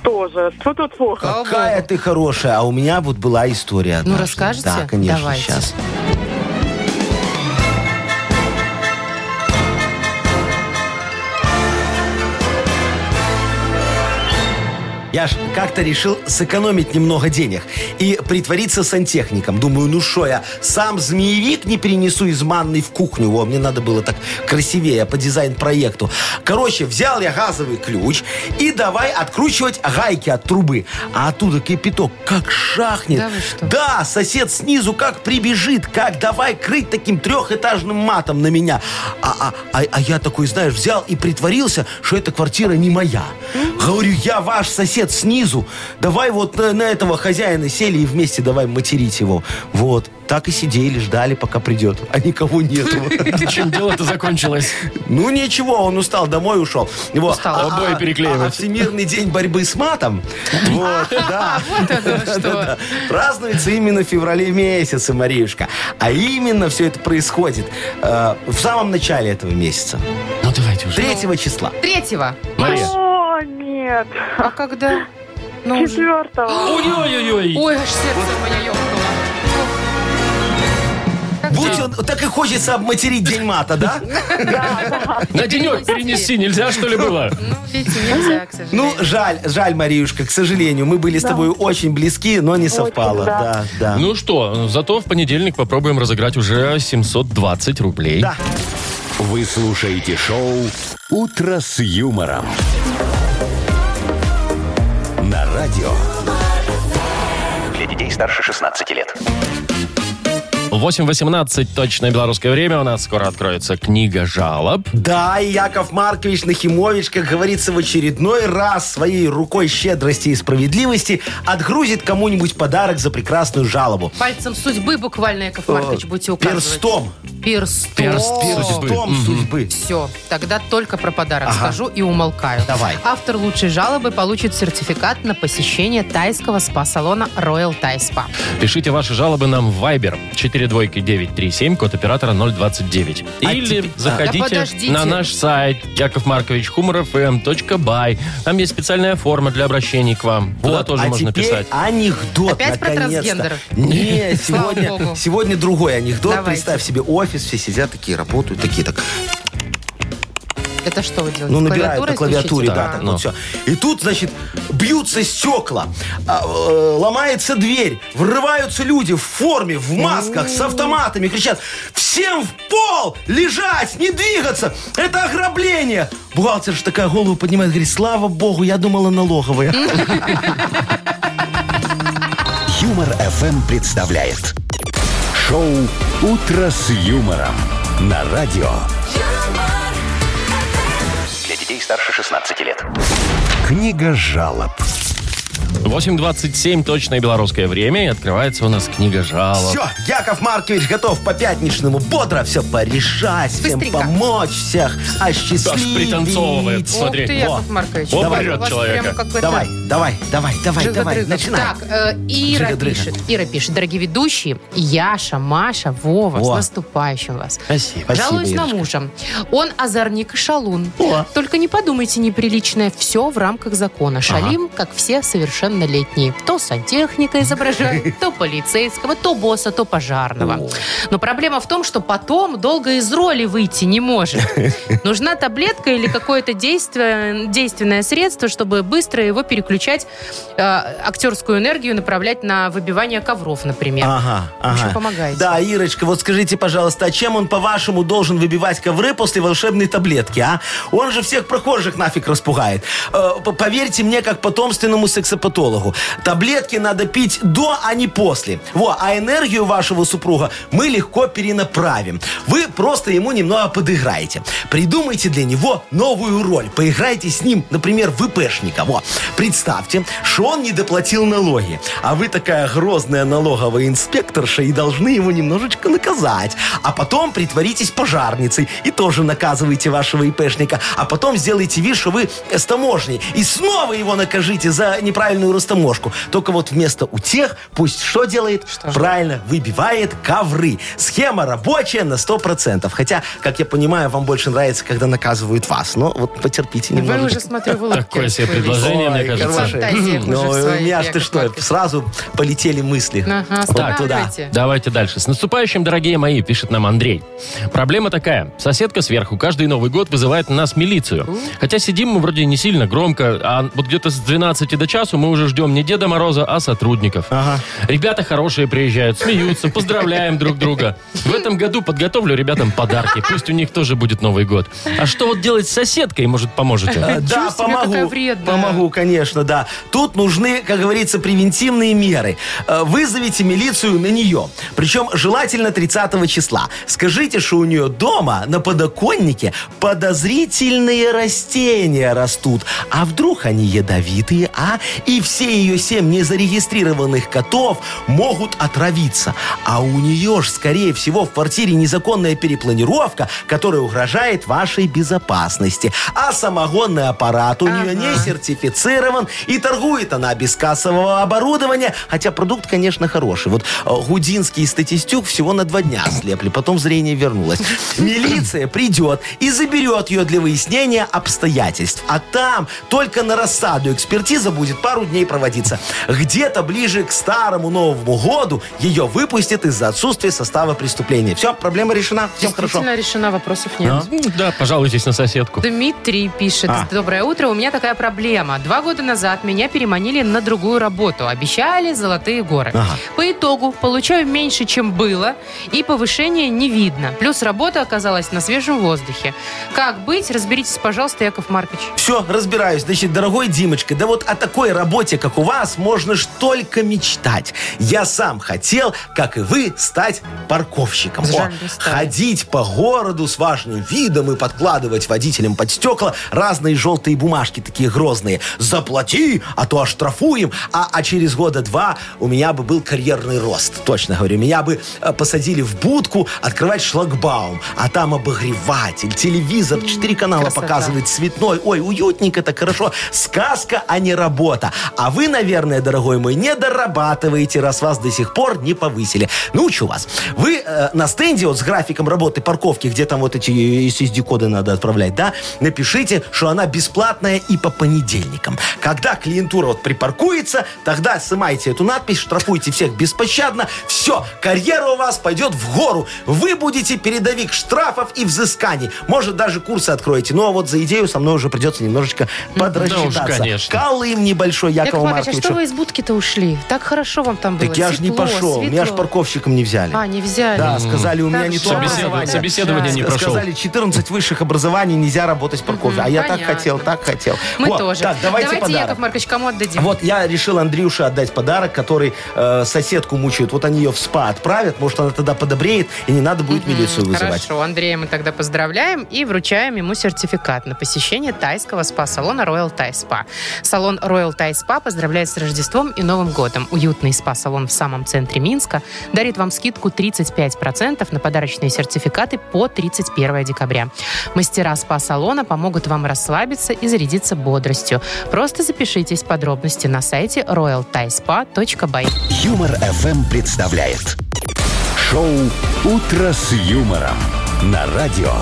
Speaker 5: тоже. Что тут плохо?
Speaker 3: Слава
Speaker 4: Какая
Speaker 3: богу.
Speaker 4: ты хорошая. А у меня вот была история
Speaker 3: Ну,
Speaker 4: однажды.
Speaker 3: расскажете?
Speaker 4: Да, конечно,
Speaker 3: Давайте. *laughs*
Speaker 4: сейчас. Я ж как-то решил сэкономить немного денег и притвориться сантехником. Думаю, ну что, я сам змеевик не перенесу из манной в кухню. Во, мне надо было так красивее по дизайн-проекту. Короче, взял я газовый ключ и давай откручивать гайки от трубы. А оттуда кипяток как шахнет.
Speaker 3: Да вы что?
Speaker 4: Да, сосед снизу как прибежит, как давай крыть таким трехэтажным матом на меня. А, а- а- а я такой, знаешь, взял и притворился, что эта квартира не моя. Говорю, я ваш сосед снизу. Давай вот на, на этого хозяина сели и вместе давай материть его. Вот. Так и сидели, ждали, пока придет. А никого нету.
Speaker 2: Чем дело-то закончилось?
Speaker 4: Ну ничего, он устал, домой ушел. Его,
Speaker 3: Устал.
Speaker 2: Обои переклеивать.
Speaker 4: а- а Всемирный день борьбы с матом. Вот, да.
Speaker 2: *laughs*
Speaker 3: Вот это что.
Speaker 4: Да-да. Празднуется именно в феврале месяце, Мариюшка. А именно все это происходит э, в самом начале этого месяца.
Speaker 2: Ну, давайте уже.
Speaker 4: 3 числа.
Speaker 3: Третьего.
Speaker 2: Мария.
Speaker 5: О, нет.
Speaker 3: А когда? Ну, уже.
Speaker 5: Четвертого.
Speaker 2: Ой-ой-ой.
Speaker 3: Ой, аж сердце у меня ёкнуло. Как
Speaker 4: Будь
Speaker 3: же-
Speaker 4: он, так и хочется обматерить День
Speaker 2: *laughs*
Speaker 4: мата, да?
Speaker 2: На денек перенести нельзя, что ли, было?
Speaker 3: Ну, видите, нельзя, к
Speaker 4: Ну,
Speaker 3: сожалению.
Speaker 4: жаль, жаль, Мариюшка, к сожалению, мы были с тобой очень близки, но не совпало. Да,
Speaker 5: да.
Speaker 4: да.
Speaker 2: Ну что, зато в понедельник попробуем разыграть уже 720 рублей.
Speaker 4: Да.
Speaker 1: Вы слушаете шоу «Утро с юмором». На радио.
Speaker 6: Для детей старше 16 лет.
Speaker 2: 8.18, точное белорусское время. У нас скоро откроется книга жалоб.
Speaker 4: Да, и Яков Маркович Нахимович, как говорится, в очередной раз своей рукой щедрости и справедливости отгрузит кому-нибудь подарок за прекрасную жалобу.
Speaker 3: Пальцем судьбы буквально, Яков Маркович, будете указывать.
Speaker 4: Перстом.
Speaker 3: Перстом.
Speaker 2: Перст судьбы.
Speaker 4: Перстом
Speaker 2: Мгм.
Speaker 4: судьбы.
Speaker 3: Все, тогда только про подарок
Speaker 4: Ага.
Speaker 3: скажу и умолкаю.
Speaker 4: Давай.
Speaker 3: Автор лучшей жалобы получит сертификат на посещение тайского спа-салона Royal Thai Spa.
Speaker 2: Пишите ваши жалобы нам в Viber 42937, код оператора 029.
Speaker 4: А
Speaker 2: Или
Speaker 4: теперь-
Speaker 3: Да
Speaker 2: заходите
Speaker 3: подождите.
Speaker 2: на наш сайт Яков Маркович Хуморов эм, .бай. Там есть специальная форма для обращений к вам. Туда
Speaker 4: Вот,
Speaker 2: тоже
Speaker 4: а
Speaker 2: можно
Speaker 4: теперь
Speaker 2: писать.
Speaker 4: анекдот,
Speaker 3: Опять про
Speaker 4: наконец-то.
Speaker 3: трансгендеров?
Speaker 2: *laughs*
Speaker 4: Не,
Speaker 3: Слава
Speaker 4: сегодня,
Speaker 3: богу.
Speaker 4: сегодня другой анекдот.
Speaker 3: Давайте.
Speaker 4: Представь себе офис, все сидят такие, работают, такие так.
Speaker 3: Это что вы делаете?
Speaker 4: Ну, набирают на клавиатуре,
Speaker 3: стучите?
Speaker 4: да,
Speaker 3: А,
Speaker 4: так
Speaker 2: ну.
Speaker 4: вот все. И тут, значит, бьются стекла, а, э, ломается дверь, врываются люди в форме, в масках, с автоматами, кричат, всем в пол, лежать, не двигаться, это ограбление. Бухгалтер же такая голову поднимает, говорит, слава богу, я
Speaker 3: *laughs*
Speaker 4: думала налоговая.
Speaker 1: Юмор FM представляет. Шоу «Утро с юмором». На радио.
Speaker 6: юмор,
Speaker 9: Для детей старше 16 лет.
Speaker 1: Книга жалоб.
Speaker 2: 8.27, точное белорусское время. И открывается у нас книга жалоб.
Speaker 4: Все, Яков Маркович готов по пятничному бодро все порешать, всем
Speaker 3: Быстренько.
Speaker 4: помочь, всех
Speaker 2: Аж пританцовывает,
Speaker 4: осчастливить.
Speaker 2: смотри.
Speaker 3: Ух ты, Яков Маркович.
Speaker 2: Во,
Speaker 3: Давай.
Speaker 2: прет
Speaker 3: У вас
Speaker 2: человека.
Speaker 3: прямо какой-то
Speaker 4: Давай, давай, давай, давай, давай,
Speaker 3: Джига-дрыга.
Speaker 4: начинай.
Speaker 3: Так, э, Ира
Speaker 4: Джига-дрыга.
Speaker 3: пишет. Ира пишет. Дорогие ведущие, Яша, Маша, Вова, с
Speaker 4: Во.
Speaker 3: наступающим вас.
Speaker 4: Спасибо.
Speaker 3: Жалуюсь на
Speaker 4: Ирочка.
Speaker 3: мужа. Он озорник и шалун.
Speaker 4: О.
Speaker 3: Только не подумайте неприличное. Все в рамках закона. Шалим, как все совершеннолетние. То сантехника
Speaker 4: *laughs*
Speaker 3: изображает, то полицейского, то босса, то пожарного. Но проблема в том, что потом долго из роли выйти не может. Нужна таблетка или какое-то действие, действенное средство, чтобы быстро его переключать, э, актерскую энергию направлять на выбивание ковров, например.
Speaker 4: Ага,
Speaker 3: общем,
Speaker 4: ага.
Speaker 3: помогаете.
Speaker 4: Да, Ирочка, вот скажите, пожалуйста, а чем он, по-вашему, должен выбивать ковры после волшебной таблетки, а? Он же всех прохожих нафиг распугает. Э, п- поверьте мне, как потомственному сексопатологу, таблетки надо пить до, а не после. Во, а энергию вашего супруга мы легко перенаправим. Вы просто ему немного подыграете. Придумайте для него новую роль. Поиграйте с ним, например, в ИПшника. Во. Представьте представьте, что он не доплатил налоги, а вы такая грозная налоговая инспекторша и должны его немножечко наказать. А потом притворитесь пожарницей и тоже наказывайте вашего ИПшника. А потом сделайте вид, что вы с таможней. И снова его накажите за неправильную растаможку. Только вот вместо у тех пусть что делает? Правильно, выбивает ковры. Схема рабочая на 100%. Хотя, как я понимаю, вам больше нравится, когда наказывают вас. Но вот потерпите немножечко.
Speaker 3: Вы уже, смотрю, в улыбке
Speaker 2: Такое себе
Speaker 3: расплылись.
Speaker 2: предложение, мне
Speaker 4: Ой,
Speaker 2: кажется.
Speaker 4: хорошо.
Speaker 3: Фантазия уже
Speaker 4: Ну,
Speaker 3: в
Speaker 4: у
Speaker 3: своей,
Speaker 4: меня ж ты
Speaker 3: Яков
Speaker 4: что,
Speaker 3: Маркович.
Speaker 4: сразу полетели мысли.
Speaker 3: Ага,
Speaker 4: Вот туда.
Speaker 3: останавливайте.
Speaker 2: Давайте дальше. С наступающим, дорогие мои, пишет нам Андрей. Проблема такая. Соседка сверху каждый Новый год вызывает на нас милицию. Хотя сидим мы вроде не сильно громко, а вот где-то с 12 до часу мы уже ждем не Деда Мороза, а сотрудников. Ребята хорошие приезжают, смеются, поздравляем друг друга. В этом году подготовлю ребятам подарки. Пусть у них тоже будет Новый год. А что вот делать с соседкой, может, поможете?
Speaker 4: Э, Да,
Speaker 3: себе, какая вредная.
Speaker 4: Помогу, конечно, да. Тут нужны, как говорится, превентивные меры. Э, Вызовите милицию на нее. Причем желательно 30 числа. Скажите, что у нее дома на подоконнике подозрительные растения растут. А вдруг они ядовитые, а? И все ее семь незарегистрированных котов могут отравиться. А у нее ж, скорее всего, в квартире незаконная перепланировка, которая угрожает вашей безопасности. А самогонный аппарат у нее не сертифицирован, и торгует она без кассового оборудования, хотя продукт, конечно, хороший. Вот э, Гудинский и Статистюк всего на два дня слепли, потом зрение вернулось. Милиция придет и заберет ее для выяснения обстоятельств. А там только на рассаду экспертиза будет пару дней проводиться. Где-то ближе к старому Новому году ее выпустят из-за отсутствия состава преступления. Все, проблема решена, всем хорошо.
Speaker 3: Действительно решена, вопросов
Speaker 2: Ну?
Speaker 3: нет.
Speaker 2: Да, пожалуйтесь на соседку.
Speaker 3: Дмитрий пишет.
Speaker 4: А.
Speaker 3: Доброе утро. У меня такая проблема. Два года назад меня переманили на другую работу. Обещали золотые горы.
Speaker 4: Ага.
Speaker 3: По итогу получаю меньше, чем было, и повышения не видно. Плюс работа оказалась на свежем воздухе. Как быть? Разберитесь, пожалуйста, Яков Маркович.
Speaker 4: Все, разбираюсь. Значит, дорогой Димочка, да вот о такой работе, как у вас, можно ж только мечтать. Я сам хотел, как и вы, стать парковщиком.
Speaker 3: Жаль, не стали.
Speaker 4: ходить по городу с важным видом и подкладывать водителям под стекла разные желтые бумажки, такие грозные. Заплати, а то оштрафуем. А, а через года два у меня бы был карьерный рост. Точно говорю, меня бы э, посадили в будку открывать шлагбаум. А там обогреватель, телевизор, четыре канала
Speaker 3: Красота.
Speaker 4: показывает быть цветной. Ой, уютненько так хорошо. Сказка, а не работа. А вы, наверное, дорогой мой, не дорабатываете, раз вас до сих пор не повысили. Научу вас. Вы э, на стенде вот с графиком работы парковки, где там вот эти э, SSD-коды надо отправлять, да, напишите, что она бесплатная и по понедельникам. Когда клиентура вот припаркуется, тогда снимайте эту надпись, штрафуйте всех беспощадно. Все, карьера у вас пойдет в гору. Вы будете передовик штрафов и взысканий. Может, даже курсы откроете. Ну, а вот за идею со мной уже придется немножечко подрасчитаться.
Speaker 2: конечно.
Speaker 4: Калы им небольшой,
Speaker 3: Яков
Speaker 4: Якову
Speaker 3: Маркович, а
Speaker 4: Марковичу.
Speaker 3: что вы из будки-то ушли? Так хорошо вам там было.
Speaker 4: так я же не
Speaker 3: Тепло,
Speaker 4: пошел. Меня ж
Speaker 3: светло.
Speaker 4: парковщиком не взяли.
Speaker 3: А, не взяли.
Speaker 4: Да, сказали, у меня
Speaker 3: Так
Speaker 4: не то
Speaker 3: жаль.
Speaker 4: образование.
Speaker 2: Собеседование не
Speaker 4: Ск-
Speaker 2: прошел.
Speaker 4: Сказали, 14 высших образований, нельзя работать парковщиком. А я так
Speaker 3: понятно.
Speaker 4: хотел, так хотел.
Speaker 3: Мы
Speaker 4: Вот,
Speaker 3: тоже.
Speaker 4: Так, давайте подарок.
Speaker 3: Яков Маркович, кому отдадим?
Speaker 4: Вот я решил Андрюше отдать подарок, который э, соседку мучают. Вот они ее в спа отправят, может, она тогда подобреет, и не надо будет милицию вызывать.
Speaker 3: Хорошо, Андрея мы тогда поздравляем и вручаем ему сертификат на посещение тайского спа-салона Royal Thai Spa. Салон Royal Thai Spa поздравляет с Рождеством и Новым годом. Уютный спа-салон в самом центре Минска дарит вам скидку 35% на подарочные сертификаты по 31 декабря. Мастера спа-салона помогут вам расслабиться и зарядиться бодростью. Просто запишитесь. Подробности на сайте royalthaispa.by.
Speaker 1: Юмор FM представляет шоу Утро с юмором на радио.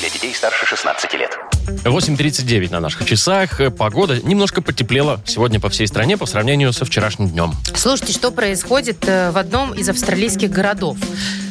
Speaker 9: Для детей старше 16 лет.
Speaker 2: 8.39 на наших часах. Погода немножко потеплела сегодня по всей стране по сравнению со вчерашним днем.
Speaker 3: Слушайте, что происходит э, в одном из австралийских городов.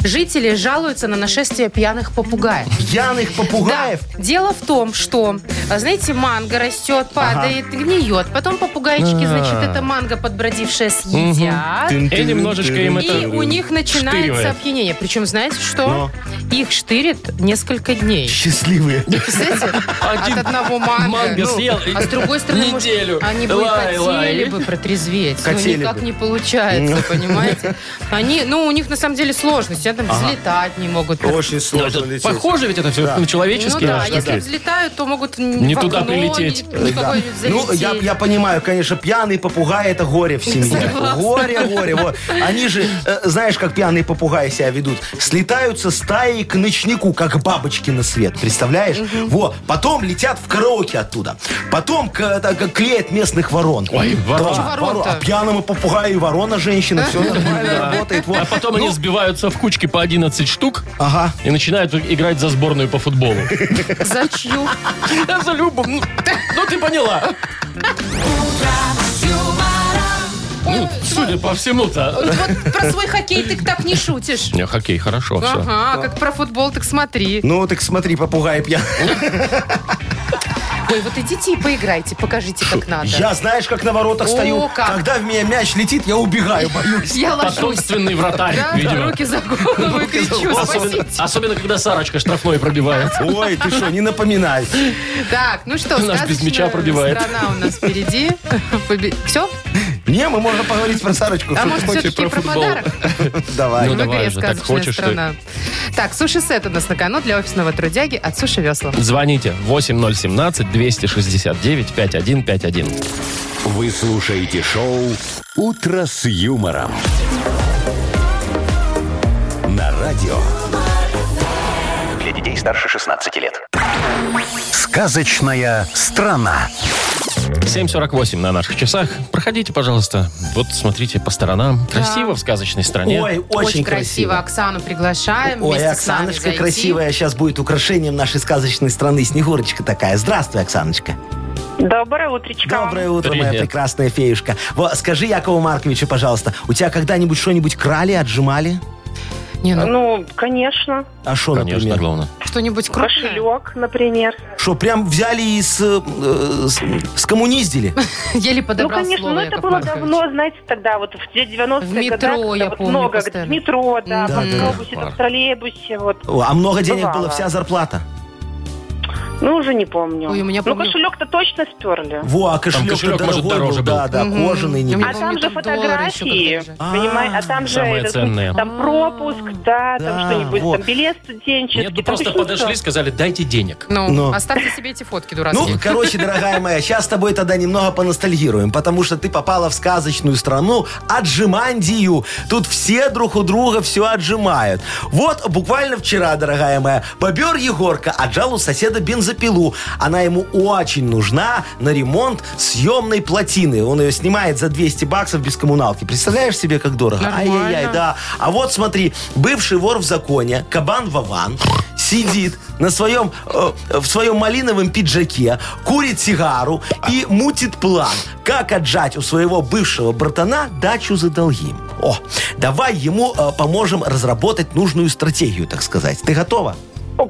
Speaker 3: Жители жалуются на нашествие пьяных попугаев.
Speaker 4: Пьяных попугаев?
Speaker 3: Да. Дело в том, что, а, знаете, манго растет, падает, гниет. Потом попугайчики,
Speaker 2: А.
Speaker 3: значит, это манго подбродившее съедят.
Speaker 2: И немножечко им
Speaker 3: И
Speaker 2: это
Speaker 3: у них начинается
Speaker 2: штыривает.
Speaker 3: опьянение. Причем, знаете что? Их штырит несколько дней.
Speaker 4: Счастливые.
Speaker 3: Представляете?
Speaker 2: Один
Speaker 3: От одного манго.
Speaker 2: манго
Speaker 3: Ну,
Speaker 2: съел и
Speaker 3: А с другой стороны, может,
Speaker 2: неделю.
Speaker 3: они бы и
Speaker 2: Лай, лай.
Speaker 3: хотели бы протрезветь. но
Speaker 4: Хотели
Speaker 3: никак
Speaker 4: бы.
Speaker 3: ну, не получается, понимаете? Они, ну, у них на самом деле сложность. Я рядом, взлетать не могут.
Speaker 4: Очень
Speaker 2: Ну,
Speaker 4: сложно
Speaker 2: это *laughs*
Speaker 4: лететь.
Speaker 2: похоже ведь это все
Speaker 4: Да.
Speaker 2: на
Speaker 3: Ну
Speaker 2: человеческие
Speaker 3: да,
Speaker 2: штуки.
Speaker 3: если взлетают, то могут
Speaker 2: Не
Speaker 3: в
Speaker 2: туда
Speaker 3: окно,
Speaker 2: прилететь.
Speaker 3: ни- ни в
Speaker 4: Да.
Speaker 3: какое-нибудь
Speaker 4: Ну, я,
Speaker 3: залететь.
Speaker 4: я понимаю, конечно, пьяный попугай это горе в семье.
Speaker 3: Согласна.
Speaker 4: Горе, горе. Вот. Они же, э, знаешь, как пьяные попугаи себя ведут. Слетаются стаи к ночнику, как бабочки на свет. Представляешь? Во. Потом летят в караоке оттуда. Потом к- это, как клеят местных ворон.
Speaker 2: Ой, ворон.
Speaker 4: Да,
Speaker 3: Ворон-то.
Speaker 4: ворон. А пьяному попугаю и ворона женщина. Все
Speaker 3: *laughs*
Speaker 4: нормально работает. Вот.
Speaker 2: А потом
Speaker 4: Ну,
Speaker 2: они сбиваются в кучки по 11 штук
Speaker 4: Ага.
Speaker 2: и начинают играть за сборную по футболу.
Speaker 3: За чью?
Speaker 2: Я за любым. Ну, Ну, ты поняла. Ну, судя по всему-то.
Speaker 3: Вот про свой хоккей ты так не шутишь.
Speaker 2: Не, Хоккей, хорошо, все.
Speaker 3: Ага, как про футбол, так смотри.
Speaker 4: Ну, так смотри, попугай пьяный.
Speaker 3: Ой, вот идите и поиграйте, покажите, как надо.
Speaker 4: Я, знаешь, как на воротах
Speaker 3: О,
Speaker 4: стою.
Speaker 3: как.
Speaker 4: Когда в меня мяч летит, я убегаю, боюсь.
Speaker 3: Я ложусь.
Speaker 2: Потомственный вратарь,
Speaker 3: Да,
Speaker 2: видимо.
Speaker 3: руки за голову и кричу,
Speaker 2: Особенно,
Speaker 3: спасите.
Speaker 2: особенно, когда Сарочка штрафной пробивает.
Speaker 4: Ой, ты что, не напоминай.
Speaker 3: Так, ну что,
Speaker 2: Нас без
Speaker 3: сказочная
Speaker 2: мяча пробивает.
Speaker 3: страна у нас впереди. Все?
Speaker 4: Не, мы можем поговорить про Сарочку.
Speaker 3: А
Speaker 4: Что
Speaker 3: может,
Speaker 4: ты хочешь?
Speaker 3: все-таки
Speaker 2: про
Speaker 3: про
Speaker 2: футбол?
Speaker 3: подарок?
Speaker 4: Давай.
Speaker 2: Ну,
Speaker 3: В
Speaker 2: давай
Speaker 3: игре
Speaker 2: же, так
Speaker 3: «Сказочная
Speaker 2: хочешь ты».
Speaker 3: страна». Так, суши-сет у нас на кону для офисного трудяги от Суши Весла.
Speaker 2: Звоните 8017-269-5151.
Speaker 1: Вы слушаете шоу «Утро с юмором». На радио
Speaker 9: Для детей старше 16 лет.
Speaker 1: «Сказочная страна».
Speaker 2: 7.48 на наших часах. Проходите, пожалуйста. Вот смотрите по сторонам. Красиво в сказочной стране.
Speaker 4: Ой, очень красиво.
Speaker 3: Оксану приглашаем.
Speaker 4: Ой,
Speaker 3: вместе с нами
Speaker 4: Оксаночка
Speaker 3: зайти.
Speaker 4: красивая сейчас будет украшением нашей сказочной страны. Снегурочка такая. Здравствуй, Оксаночка.
Speaker 5: Доброе утречко.
Speaker 4: Доброе утро, моя
Speaker 2: Привет.
Speaker 4: прекрасная феюшка. Во, скажи Якову Марковичу, пожалуйста, у тебя когда-нибудь что-нибудь крали, отжимали?
Speaker 3: Не, ну,
Speaker 5: Ну, конечно.
Speaker 4: А что,
Speaker 2: Конечно,
Speaker 4: например?
Speaker 2: главное.
Speaker 3: что-нибудь крутое.
Speaker 5: Кошелек, например.
Speaker 4: Что, прям взяли и с, э, с- скоммуниздили?
Speaker 3: Еле
Speaker 5: Ну,
Speaker 3: подобрал
Speaker 5: конечно,
Speaker 3: слово,
Speaker 5: но это
Speaker 3: Яков
Speaker 5: было
Speaker 3: Маркович.
Speaker 5: давно, знаете, тогда вот в те 90-е
Speaker 3: В метро,
Speaker 5: годы, когда
Speaker 3: я
Speaker 5: вот
Speaker 3: помню,
Speaker 5: много,
Speaker 3: постоянно.
Speaker 5: в метро, да,
Speaker 4: Да, да,
Speaker 5: в автобусе,
Speaker 2: да.
Speaker 5: в троллейбусе, вот.
Speaker 4: О, А много денег было,
Speaker 5: Бывало.
Speaker 4: вся зарплата.
Speaker 5: Ну, уже не помню.
Speaker 3: Ой, у меня
Speaker 5: ну,
Speaker 3: помню-
Speaker 5: кошелек-то точно сперли.
Speaker 4: Во, а кошелек,
Speaker 2: кошелек, может,
Speaker 4: дорогой
Speaker 2: дороже
Speaker 4: был.
Speaker 2: был.
Speaker 4: Да, да,
Speaker 3: Мгм.
Speaker 4: кожаный.
Speaker 3: Я
Speaker 4: Не...
Speaker 3: помню,
Speaker 5: А там же
Speaker 3: в доллары еще
Speaker 5: фотографии,
Speaker 3: когда-то же.
Speaker 4: А,
Speaker 5: понимаешь, а там же
Speaker 2: самое
Speaker 5: этот,
Speaker 2: ценное.
Speaker 5: там пропуск, да,
Speaker 4: Да,
Speaker 5: там что-нибудь,
Speaker 4: вот.
Speaker 5: там билет студенческий.
Speaker 2: Нет, ну
Speaker 5: там
Speaker 2: просто
Speaker 5: еще
Speaker 2: подошли,
Speaker 5: что-то.
Speaker 2: сказали, дайте денег.
Speaker 3: Ну,
Speaker 4: Ну.
Speaker 3: оставьте себе эти фотки
Speaker 4: Ну,
Speaker 3: дурацкие.
Speaker 4: короче, дорогая моя, сейчас с тобой тогда немного поностальгируем, потому что ты попала в сказочную страну Аджимандию. Тут все друг у друга все отжимают. Вот буквально вчера, дорогая моя, бобер Егорка отжал у соседа бензопилу. Она ему очень нужна на ремонт съемной плотины. Он ее снимает за 200 баксов без коммуналки. Представляешь себе, как дорого? Ай-яй-яй, да. А вот смотри, бывший вор в законе, кабан Вован, сидит на своем, э, в своем малиновом пиджаке, курит сигару и мутит план, как отжать у своего бывшего братана дачу за долги. О, давай ему э, поможем разработать нужную стратегию, так сказать. Ты готова?
Speaker 5: О,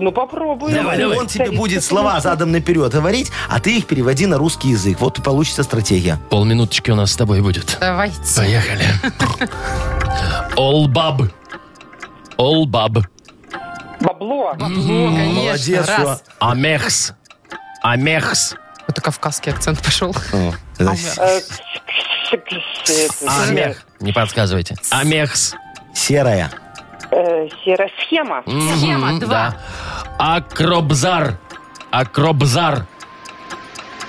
Speaker 5: Ну, попробуй.
Speaker 4: Он тебе будет слова задом наперед говорить, а ты их переводи на русский язык. Вот и получится стратегия.
Speaker 2: Полминуточки у нас с тобой будет.
Speaker 3: Давайте.
Speaker 2: Поехали. All Баб. All Баб.
Speaker 5: Бабло.
Speaker 3: Бабло, конечно,
Speaker 4: Молодец,
Speaker 3: раз.
Speaker 2: Амехс. Амехс.
Speaker 3: Это кавказский акцент пошел.
Speaker 5: Э,
Speaker 2: Амех. Не подсказывайте. Амехс.
Speaker 4: Серая.
Speaker 5: э, Серая схема.
Speaker 3: Схема два.
Speaker 2: Акробзар. Акробзар.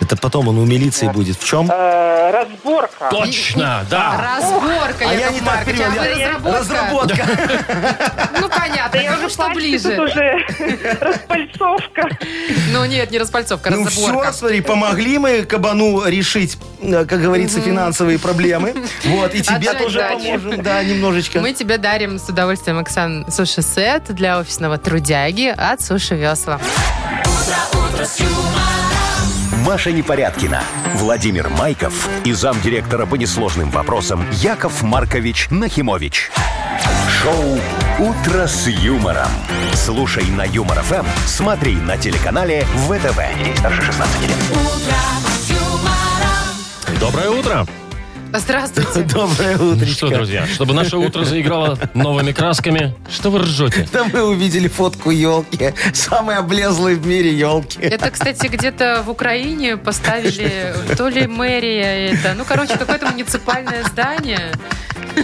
Speaker 4: Это потом он у милиции будет. В чем?
Speaker 5: Э, Разборка.
Speaker 2: Точно, да.
Speaker 3: Разборка,
Speaker 4: А я
Speaker 3: Яков
Speaker 4: не так
Speaker 3: Маркович, а
Speaker 4: перевел.
Speaker 3: вы
Speaker 4: я-
Speaker 3: разработка.
Speaker 4: Разработка.
Speaker 3: Ну, понятно,
Speaker 5: Я
Speaker 3: кому
Speaker 5: уже
Speaker 3: что
Speaker 5: пальцы тут
Speaker 3: ближе.
Speaker 5: уже *laughs* распальцовка.
Speaker 3: Ну, нет, не распальцовка,
Speaker 4: Ну все,
Speaker 3: разборка.
Speaker 4: смотри, помогли мы кабану решить, э, как говорится,
Speaker 3: *laughs*
Speaker 4: финансовые проблемы. Вот, и тебе
Speaker 3: Отжать
Speaker 4: тоже
Speaker 3: дачу.
Speaker 4: поможем. Да, немножечко.
Speaker 3: Мы тебе дарим с удовольствием, Оксан, суши-сет для офисного трудяги от Суши Весла.
Speaker 1: Маша Непорядкина, Владимир Майков и замдиректора по несложным вопросам Яков Маркович Нахимович. Шоу «Утро с юмором». Слушай на Юмор ФМ, смотри на телеканале ВТВ. Здесь старше 16 лет.
Speaker 2: Доброе утро.
Speaker 3: Здравствуйте.
Speaker 2: Ну
Speaker 4: Доброе
Speaker 2: что,
Speaker 4: утречко.
Speaker 2: друзья, чтобы наше утро заиграло новыми красками, что вы ржете?
Speaker 4: Там мы увидели фотку елки. Самой облезлой в мире елки.
Speaker 3: Это, кстати, где-то в Украине поставили то ли мэрия это. Ну, короче, какое-то муниципальное здание.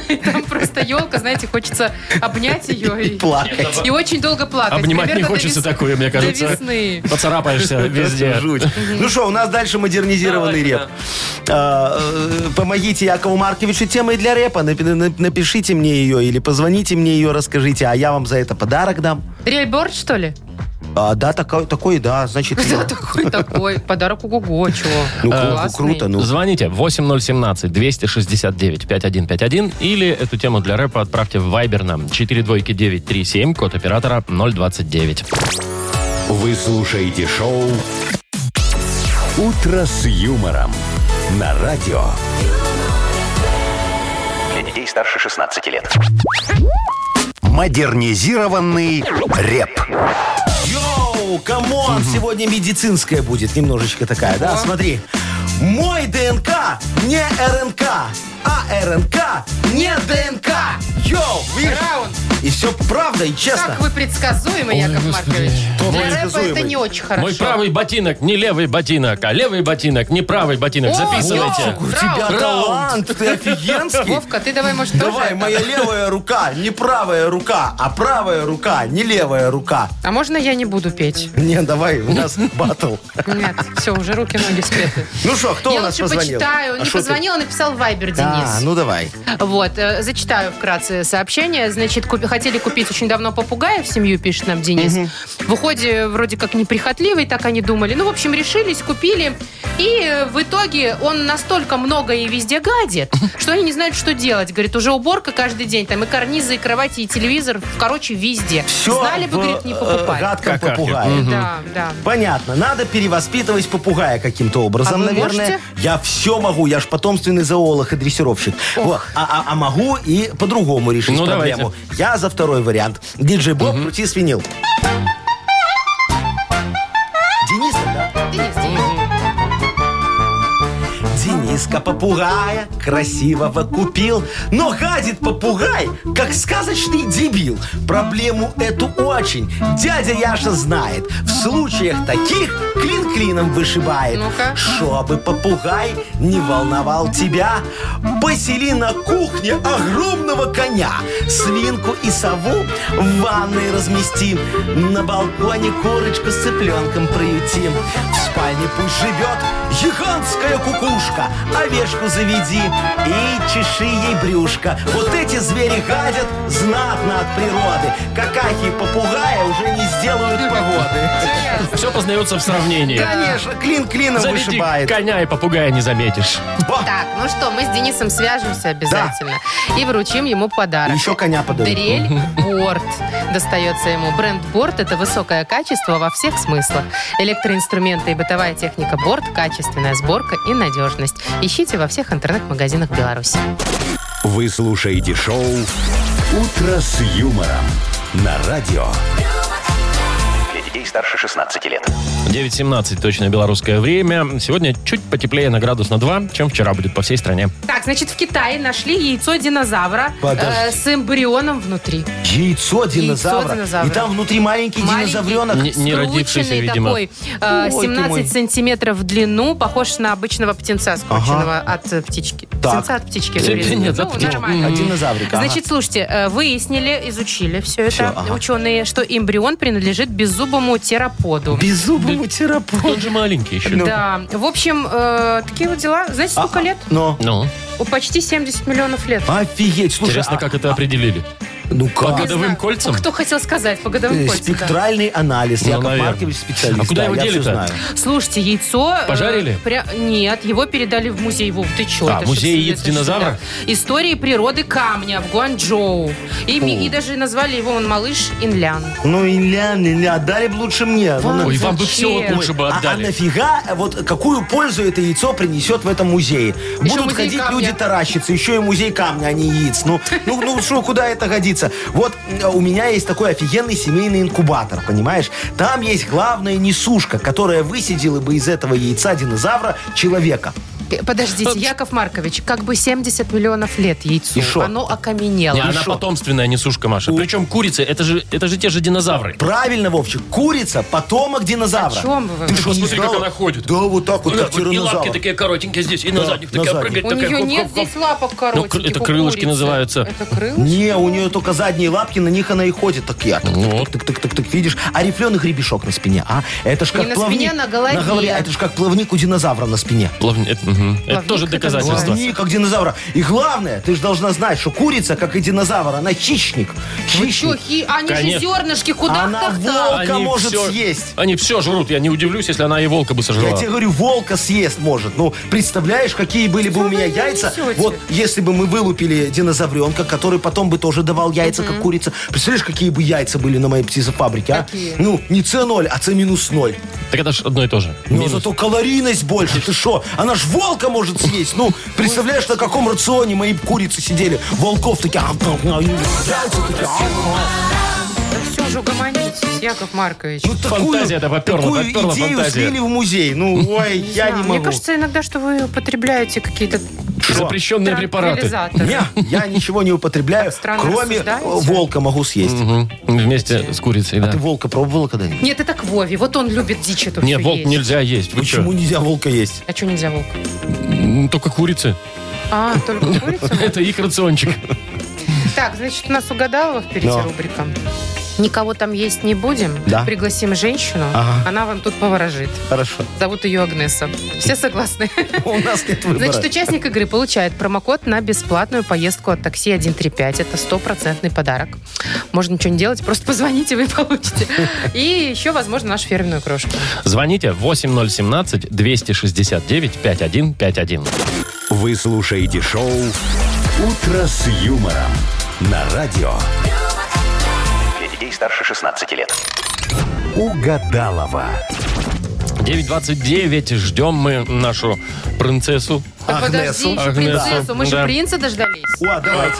Speaker 3: И Там просто елка, знаете, хочется обнять ее и, *laughs*
Speaker 4: Плакать.
Speaker 3: и очень долго плакать.
Speaker 2: Обнимать не
Speaker 3: Примерно до
Speaker 2: хочется
Speaker 3: вес-
Speaker 2: такое, мне
Speaker 3: До
Speaker 2: кажется.
Speaker 3: весны.
Speaker 2: Поцарапаешься везде.
Speaker 4: Это жуть. Ну что, у нас дальше модернизированный
Speaker 10: Давайте,
Speaker 4: реп. А, э, Помогите Якову Марковичу темой для репа. Напи- на- Напишите мне ее или позвоните мне ее, расскажите, а я вам за это подарок дам.
Speaker 3: Рельборд, что ли?
Speaker 4: А, да, такой, такой,
Speaker 3: *laughs*
Speaker 4: да, значит.
Speaker 3: Да,
Speaker 4: я.
Speaker 3: такой, такой. Подарок у Гуго, чего?
Speaker 4: Ну, кру-
Speaker 3: Классный.
Speaker 4: круто, ну.
Speaker 2: Звоните 8017-269-5151 или эту тему для рэпа отправьте в Viber нам 42937, код оператора 029.
Speaker 1: Вы слушаете шоу «Утро с юмором» на радио.
Speaker 9: Для детей старше 16 лет.
Speaker 1: Модернизированный реп.
Speaker 4: Йоу, камон, сегодня медицинская будет немножечко такая, да? Смотри. Мой ДНК не РНК, а РНК не ДНК. Йоу, видишь?
Speaker 3: Раунд.
Speaker 4: И все правда и честно.
Speaker 3: Как вы предсказуемы, Яков Маркович. Для рэпа это не очень хорошо.
Speaker 2: Мой правый ботинок, не левый ботинок, а левый ботинок, не правый ботинок.
Speaker 3: О,
Speaker 2: Записывайте.
Speaker 3: Вовчик,
Speaker 4: У тебя
Speaker 3: Раунд.
Speaker 4: талант, ты офигенский.
Speaker 3: Вовка, ты давай, может, тоже?
Speaker 4: Давай,
Speaker 3: это?
Speaker 4: моя левая рука, не правая рука, а правая рука, не левая рука.
Speaker 3: А можно я не буду петь?
Speaker 4: Не, давай,
Speaker 3: *laughs*
Speaker 4: у нас батл.
Speaker 3: Нет, все, уже руки-ноги спеты.
Speaker 4: Ну что, кто у
Speaker 3: Я
Speaker 4: нас
Speaker 3: лучше
Speaker 4: позвонил?
Speaker 3: почитаю.
Speaker 4: А
Speaker 3: Не
Speaker 4: шо ты-
Speaker 3: позвонил, а написал Вайбер
Speaker 4: Да,
Speaker 3: Денис.
Speaker 4: ну давай.
Speaker 3: Вот, э, зачитаю вкратце сообщение. Значит, купи- хотели купить очень давно попугая в семью, пишет нам Денис. В уходе вроде как неприхотливый, так они думали. Ну, в общем, решились, купили. И э, в итоге он настолько много и везде гадит, что они не знают, что делать. Говорит, уже уборка каждый день, там и карнизы, и кровати, и телевизор, короче, везде.
Speaker 4: Все
Speaker 3: Знали бы, говорит,
Speaker 4: э,
Speaker 3: не покупали.
Speaker 4: гадком попугае.
Speaker 3: Да, да.
Speaker 4: Понятно, надо перевоспитывать попугая каким-то образом,
Speaker 3: А вы
Speaker 4: наверное.
Speaker 3: можете?
Speaker 4: Я все могу, я ж потомственный зоолог и дрессировщик. Вот. А, а- а могу и по-другому решить
Speaker 2: Ну, давайте.
Speaker 4: проблему. Я за второй вариант. Диджей Боб, крути свинил. Денис, да?
Speaker 3: Денис, Денис.
Speaker 4: Дениска попугая красивого купил, но гадит попугай, как сказочный дебил. Проблему эту очень дядя Яша знает. В случаях таких клин клином вышибает.
Speaker 3: Ну-ка.
Speaker 4: Чтобы попугай не волновал тебя, посели на кухне огромного коня. Свинку и сову в ванной разместим, на балконе курочку с цыпленком приютим. В спальне пусть живет гигантская кукушка, овешку заведи и чеши ей брюшко. Вот эти звери гадят знатно от природы. Какахи и попугая уже не сделают погоды.
Speaker 2: Все познается в сравнении.
Speaker 4: Конечно, клин клином
Speaker 2: Заведи
Speaker 4: вышибает.
Speaker 2: коня и попугая не заметишь.
Speaker 4: Ба!
Speaker 3: Так, ну что, мы с Денисом свяжемся обязательно и вручим ему подарок.
Speaker 4: Еще коня подарю.
Speaker 3: Дрель Борт достается ему. Бренд Борт – это высокое качество во всех смыслах. Электроинструменты и бытовая техника Борт – качественная сборка и надежность. Ищите во всех интернет-магазинах Беларуси.
Speaker 1: Вы слушаете шоу «Утро с юмором» на радио.
Speaker 9: Для детей старше 16 лет.
Speaker 2: 9.17, точное белорусское время. Сегодня чуть потеплее на градус на 2, чем вчера будет по всей стране.
Speaker 3: Так, значит, в Китае нашли яйцо динозавра
Speaker 4: Подождите.
Speaker 3: э, с эмбрионом внутри.
Speaker 4: Яйцо динозавра.
Speaker 3: динозавра.
Speaker 4: И там внутри маленький,
Speaker 3: Маленький.
Speaker 4: динозавренок.
Speaker 2: Не- не родившийся,
Speaker 3: Скрученный
Speaker 2: видимо.
Speaker 3: такой, э,
Speaker 4: Ой, ты
Speaker 3: 17
Speaker 4: мой.
Speaker 3: сантиметров в длину, похож на обычного птенца, скрученного от э, птички.
Speaker 4: Так.
Speaker 3: Птенца от птички.
Speaker 2: Птенец
Speaker 3: вырезанного.
Speaker 2: от
Speaker 3: Ну,
Speaker 2: птички.
Speaker 3: нормально.
Speaker 4: А динозаврик, ага.
Speaker 3: Значит, слушайте, э, выяснили, изучили все это
Speaker 4: Всё, ага.
Speaker 3: ученые, что эмбрион принадлежит беззубому тераподу.
Speaker 4: Беззубому терапевту.
Speaker 2: Тот же маленький еще.
Speaker 4: Ну.
Speaker 3: Да, в общем, э, такие вот дела. Знаете, сколько лет?
Speaker 4: Но.
Speaker 2: Ну,
Speaker 3: О, Почти 70 миллионов лет.
Speaker 4: А? Офигеть, слушай.
Speaker 2: интересно,
Speaker 4: а-
Speaker 2: как это определили.
Speaker 4: Ну
Speaker 2: По
Speaker 4: как?
Speaker 3: Не
Speaker 2: годовым
Speaker 3: знаю,
Speaker 2: кольцам?
Speaker 3: Кто хотел сказать по годовым
Speaker 4: Э,
Speaker 3: кольцам? да.
Speaker 4: Спектральный анализ.
Speaker 2: Ну,
Speaker 4: Яков
Speaker 2: наверное.
Speaker 4: Маркович специалист.
Speaker 2: А куда
Speaker 4: да,
Speaker 2: его
Speaker 4: я всё
Speaker 2: дели-то?
Speaker 4: знаю.
Speaker 3: Слушайте, яйцо... э,
Speaker 2: Пожарили?
Speaker 3: пря- Нет, его передали в музей. Вов, ты чё?
Speaker 2: А,
Speaker 3: это
Speaker 2: музей
Speaker 3: ж
Speaker 2: яиц
Speaker 3: абсолютно
Speaker 2: динозавра?
Speaker 3: чудо. Истории природы камня в Гуанчжоу. И, ми- и даже назвали его он малыш Инлян.
Speaker 4: Ну, Илья, Илья, отдали бы лучше мне. Ну, на-
Speaker 2: Ой, вам бы
Speaker 3: зачем?
Speaker 2: все лучше бы
Speaker 4: А- А,
Speaker 2: отдали.
Speaker 4: нафига, э, вот какую пользу это яйцо принесет в этом музее? Будут
Speaker 3: музей
Speaker 4: ходить
Speaker 3: камня.
Speaker 4: люди таращиться, еще и музей камня, а не яиц. Ну, ну, ну что, куда это годится? Вот э, у меня есть такой офигенный семейный инкубатор, понимаешь? Там есть главная несушка, которая высидела бы из этого яйца динозавра человека.
Speaker 3: П- Э, Подождите,
Speaker 2: Пап-
Speaker 3: Яков Маркович, как бы 70 миллионов лет яйцу.
Speaker 4: И шо?
Speaker 3: Оно окаменело.
Speaker 2: Не, она потомственная несушка, Маша. Причем курицы, это же, это же те же динозавры.
Speaker 4: Правильно, Вовчик, курица потомок динозавра.
Speaker 3: О чем вы?
Speaker 4: Ты
Speaker 2: что,
Speaker 4: не
Speaker 2: смотри, как
Speaker 4: знала?
Speaker 2: она ходит.
Speaker 4: Да, вот так вот,
Speaker 2: Да,
Speaker 4: как
Speaker 2: вот и лапки
Speaker 4: тиранозавр.
Speaker 2: такие коротенькие здесь, и на
Speaker 4: Да,
Speaker 2: задних
Speaker 4: на
Speaker 2: такая
Speaker 4: задних.
Speaker 2: прыгает.
Speaker 3: У
Speaker 2: такая,
Speaker 3: нее
Speaker 2: хоп,
Speaker 3: нет
Speaker 2: хоп, хоп.
Speaker 3: здесь лапок коротеньких.
Speaker 2: Ну, это
Speaker 3: у
Speaker 2: крылышки
Speaker 3: курицы.
Speaker 2: называются.
Speaker 3: Это крылышки?
Speaker 4: Не, у нее только задние лапки, на них она и ходит. Так я, так,
Speaker 2: Вот.
Speaker 4: так, так, так, так, видишь? А рифленый гребешок на спине, а? Это ж
Speaker 3: Не
Speaker 4: как
Speaker 3: на
Speaker 4: плавник.
Speaker 3: спине, на голове.
Speaker 4: а Это ж как плавник у динозавра на спине.
Speaker 2: Плавни- Это, мгм. Это
Speaker 3: Плавник
Speaker 2: тоже
Speaker 3: это
Speaker 2: доказательство.
Speaker 4: Плавник, как динозавра. И главное, ты же должна знать, что курица, как и динозавр, она хищник.
Speaker 3: Вы чё,
Speaker 4: Хищник.
Speaker 3: хи- Они
Speaker 2: Конечно.
Speaker 3: же зернышки куда
Speaker 4: Она
Speaker 3: то
Speaker 4: волка может
Speaker 2: всё-
Speaker 4: съесть.
Speaker 2: Они все жрут. Я не удивлюсь, если она и волка бы
Speaker 4: Я
Speaker 2: сожрала.
Speaker 4: тебе говорю, волка съест может. Ну, представляешь, какие были бы у
Speaker 3: вы
Speaker 4: меня
Speaker 3: мне
Speaker 4: яйца,
Speaker 3: несете?
Speaker 4: вот если бы мы вылупили динозавренка, который потом бы тоже давал яйца, как курица. Представляешь, какие бы яйца были на моей птицефабрике, а?
Speaker 3: Какие?
Speaker 4: Ну, не С0, а С-0.
Speaker 2: Так это же одно и то же.
Speaker 4: Но
Speaker 2: Минус.
Speaker 4: зато калорийность больше. Ты что? Она ж волка может съесть. Ну, представляешь, на каком рационе мои курицы сидели. Волков такие... «А, ну, «Ам, ам, ам». Яйца такие, «Ам, ам».
Speaker 3: Все же угомонитесь, Яков Маркович.
Speaker 4: Ну, такую-
Speaker 2: Фантазия-то поперла,
Speaker 4: Такую
Speaker 2: поперла
Speaker 4: идею
Speaker 2: фантазия.
Speaker 4: слили в музей. Ну, ой,
Speaker 3: Не
Speaker 4: я
Speaker 3: знаю,
Speaker 4: не
Speaker 3: Мне
Speaker 4: могу.
Speaker 3: кажется, иногда, что вы употребляете какие-то
Speaker 2: Запрещенные препараты.
Speaker 3: транквилизаторы.
Speaker 4: Не, я ничего не употребляю,
Speaker 3: странно
Speaker 4: кроме э,
Speaker 3: рассуждаете.
Speaker 4: волка могу съесть.
Speaker 2: Мгм. Вместе с курицей, да.
Speaker 4: А Ты волка пробовала когда-нибудь?
Speaker 3: Нет, это к Вове. Вот он любит дичь эту
Speaker 2: Не,
Speaker 3: всю
Speaker 2: волк
Speaker 3: есть.
Speaker 2: нельзя есть. Вы
Speaker 4: Почему
Speaker 2: чё?
Speaker 4: нельзя волка есть?
Speaker 3: А что нельзя волк?
Speaker 2: М, Только курицы.
Speaker 3: А,
Speaker 2: *laughs*
Speaker 3: только курицу?
Speaker 2: Это их рациончик.
Speaker 3: Так, значит, у нас угадалова впереди
Speaker 4: Да.
Speaker 3: рубрика. Никого там есть не будем.
Speaker 4: Да.
Speaker 3: Пригласим женщину.
Speaker 4: Ага.
Speaker 3: Она вам тут поворожит.
Speaker 4: Хорошо.
Speaker 3: Зовут ее Агнеса.
Speaker 2: *laughs*
Speaker 3: Все согласны?
Speaker 4: *laughs* У нас нет выбора.
Speaker 3: Значит, участник игры получает промокод на бесплатную поездку от такси 135. Это стопроцентный подарок. Можно ничего не делать, просто позвоните, вы *laughs* получите. И еще, возможно, нашу фирменную крошку.
Speaker 2: Звоните 8017-269-5151.
Speaker 1: Вы слушаете шоу «Утро с юмором» на радио
Speaker 9: Для детей старше 16 лет.
Speaker 1: «Угадалова».
Speaker 2: 9.29. Ждем мы нашу принцессу.
Speaker 3: Так подожди, еще
Speaker 2: Агнесу.
Speaker 3: принцессу. Мы же
Speaker 2: Да.
Speaker 3: принца дождались.
Speaker 4: О, давайте.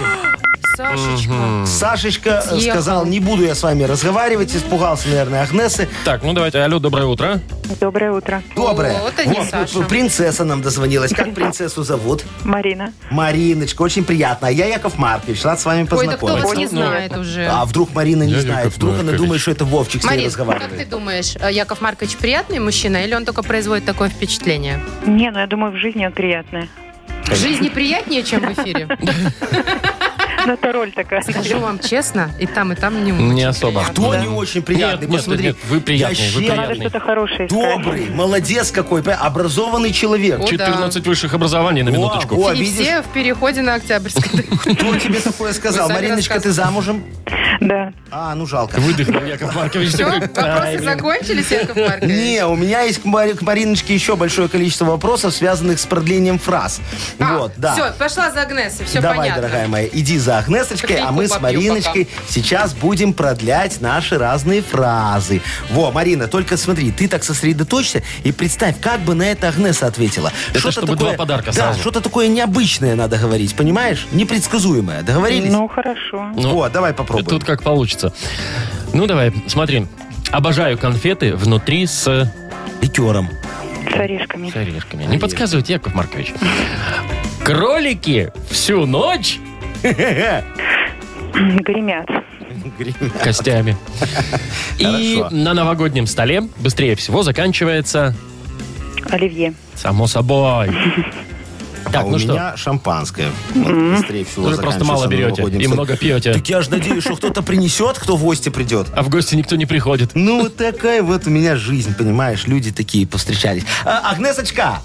Speaker 3: Сашечка.
Speaker 4: Сашечка э,
Speaker 3: Съехал.
Speaker 4: сказал, не буду я с вами разговаривать, испугался, наверное, Агнесы.
Speaker 2: Так, ну давайте. Алло, доброе утро.
Speaker 5: Доброе утро.
Speaker 4: Доброе.
Speaker 3: Вот они,
Speaker 4: Вот,
Speaker 3: Саша.
Speaker 4: Принцесса нам дозвонилась. Как принцессу зовут?
Speaker 5: Марина.
Speaker 4: Мариночка, очень приятно. А я Яков Маркович, рад с вами
Speaker 3: Ой, да кто вас
Speaker 4: познакомиться.
Speaker 3: не
Speaker 2: Ну,
Speaker 3: знает уже?
Speaker 4: А вдруг Марина не
Speaker 2: Я
Speaker 4: знает,
Speaker 2: Яков
Speaker 4: вдруг она
Speaker 2: Маркович.
Speaker 4: думает, что это Вовчик с ней
Speaker 3: Марин, как ты
Speaker 4: разговаривает.
Speaker 3: думаешь, э, Яков Маркович приятный мужчина или он только производит такое впечатление?
Speaker 5: Не, ну я думаю, в жизни он приятный.
Speaker 3: В жизни приятнее, чем в
Speaker 4: *laughs*
Speaker 3: эфире.
Speaker 5: Но Ну, это роль такая.
Speaker 3: Скажу вам честно, и там, и там не
Speaker 2: Не
Speaker 3: очень
Speaker 2: особо.
Speaker 3: приятно.
Speaker 4: Кто не очень приятный?
Speaker 2: нет,
Speaker 4: Посмотри.
Speaker 2: нет, вы приятный,
Speaker 4: Я
Speaker 2: вы
Speaker 4: щедро-
Speaker 5: Надо
Speaker 2: приятный.
Speaker 5: что-то хорошее искать.
Speaker 4: Добрый, молодец какой, понимаешь, образованный человек.
Speaker 3: О,
Speaker 2: 14 высших образований на
Speaker 4: О,
Speaker 2: минуточку.
Speaker 4: вот.
Speaker 3: И
Speaker 4: видишь?
Speaker 3: все в переходе на Октябрьской.
Speaker 4: *laughs* Кто тебе такое сказал?
Speaker 3: Вы сами
Speaker 4: Мариночка, ты
Speaker 3: рассказывали.
Speaker 4: замужем?
Speaker 5: Да.
Speaker 4: А, ну жалко.
Speaker 2: Выдохнул Яков Маркович.
Speaker 3: Все,
Speaker 2: такой, «Ай,
Speaker 3: вопросы
Speaker 2: блин».
Speaker 3: закончились,
Speaker 4: *laughs*
Speaker 3: Яков Маркович?
Speaker 4: Не, у меня есть к, Мари- к Мариночке еще большое количество вопросов, связанных с продлением фраз.
Speaker 3: А,
Speaker 4: вот, да.
Speaker 3: Все, пошла за Агнесой, все
Speaker 4: Давай,
Speaker 3: понятно.
Speaker 4: дорогая моя, иди за Агнесочкой, а
Speaker 3: Кофейку
Speaker 4: мы с
Speaker 3: попью
Speaker 4: Мариночкой сейчас будем продлять наши разные фразы. Во, Марина, только смотри, ты так сосредоточься и представь, как бы на это Агнеса ответила.
Speaker 2: Это чтобы два подарка
Speaker 4: да,
Speaker 2: сразу.
Speaker 4: что-то такое необычное надо говорить, понимаешь? Непредсказуемое. Договорились?
Speaker 5: Ну, хорошо.
Speaker 2: ну,
Speaker 4: О, давай попробуем.
Speaker 2: Тут как получится. Ну давай, смотри. Обожаю конфеты внутри с
Speaker 4: Ликером.
Speaker 5: С орешками.
Speaker 2: орешками. Не подсказывайте, Яков Маркович. Кролики всю ночь
Speaker 5: Гремят.
Speaker 4: *laughs*
Speaker 2: костями. И
Speaker 4: Хорошо.
Speaker 2: на новогоднем столе быстрее всего заканчивается
Speaker 5: Оливье.
Speaker 2: само собой.
Speaker 4: А
Speaker 2: Так,
Speaker 4: у
Speaker 2: ну что,
Speaker 4: меня шампанское. Вот, Быстрее всего
Speaker 2: вы просто
Speaker 4: заканчивается
Speaker 2: мало берете
Speaker 4: новогодним
Speaker 2: и
Speaker 4: столом.
Speaker 2: много пьете,
Speaker 4: Так я же надеюсь, что кто-то принесет, кто в гости придет.
Speaker 2: а в гости никто не приходит.
Speaker 4: Ну, вот такая вот у меня жизнь, понимаешь, люди такие повстречались. А, Агнесочка,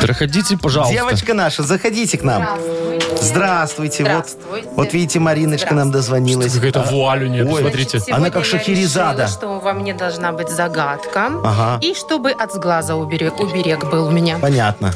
Speaker 2: Проходите, пожалуйста.
Speaker 4: девочка наша, заходите к нам. Здравствуйте. Вот-
Speaker 3: Здравствуйте.
Speaker 4: Вот, видите, Мариночка нам дозвонилась.
Speaker 2: Что-то Какая-то вуаль у нее,
Speaker 4: а, Ой.
Speaker 2: посмотрите.
Speaker 3: Значит,
Speaker 4: Она
Speaker 3: сегодня
Speaker 4: как
Speaker 3: я
Speaker 4: Шахерезада.
Speaker 3: решила, что во мне должна быть загадка.
Speaker 4: Ага.
Speaker 3: И чтобы от сглаза уберег, уберег был у меня.
Speaker 4: Понятно.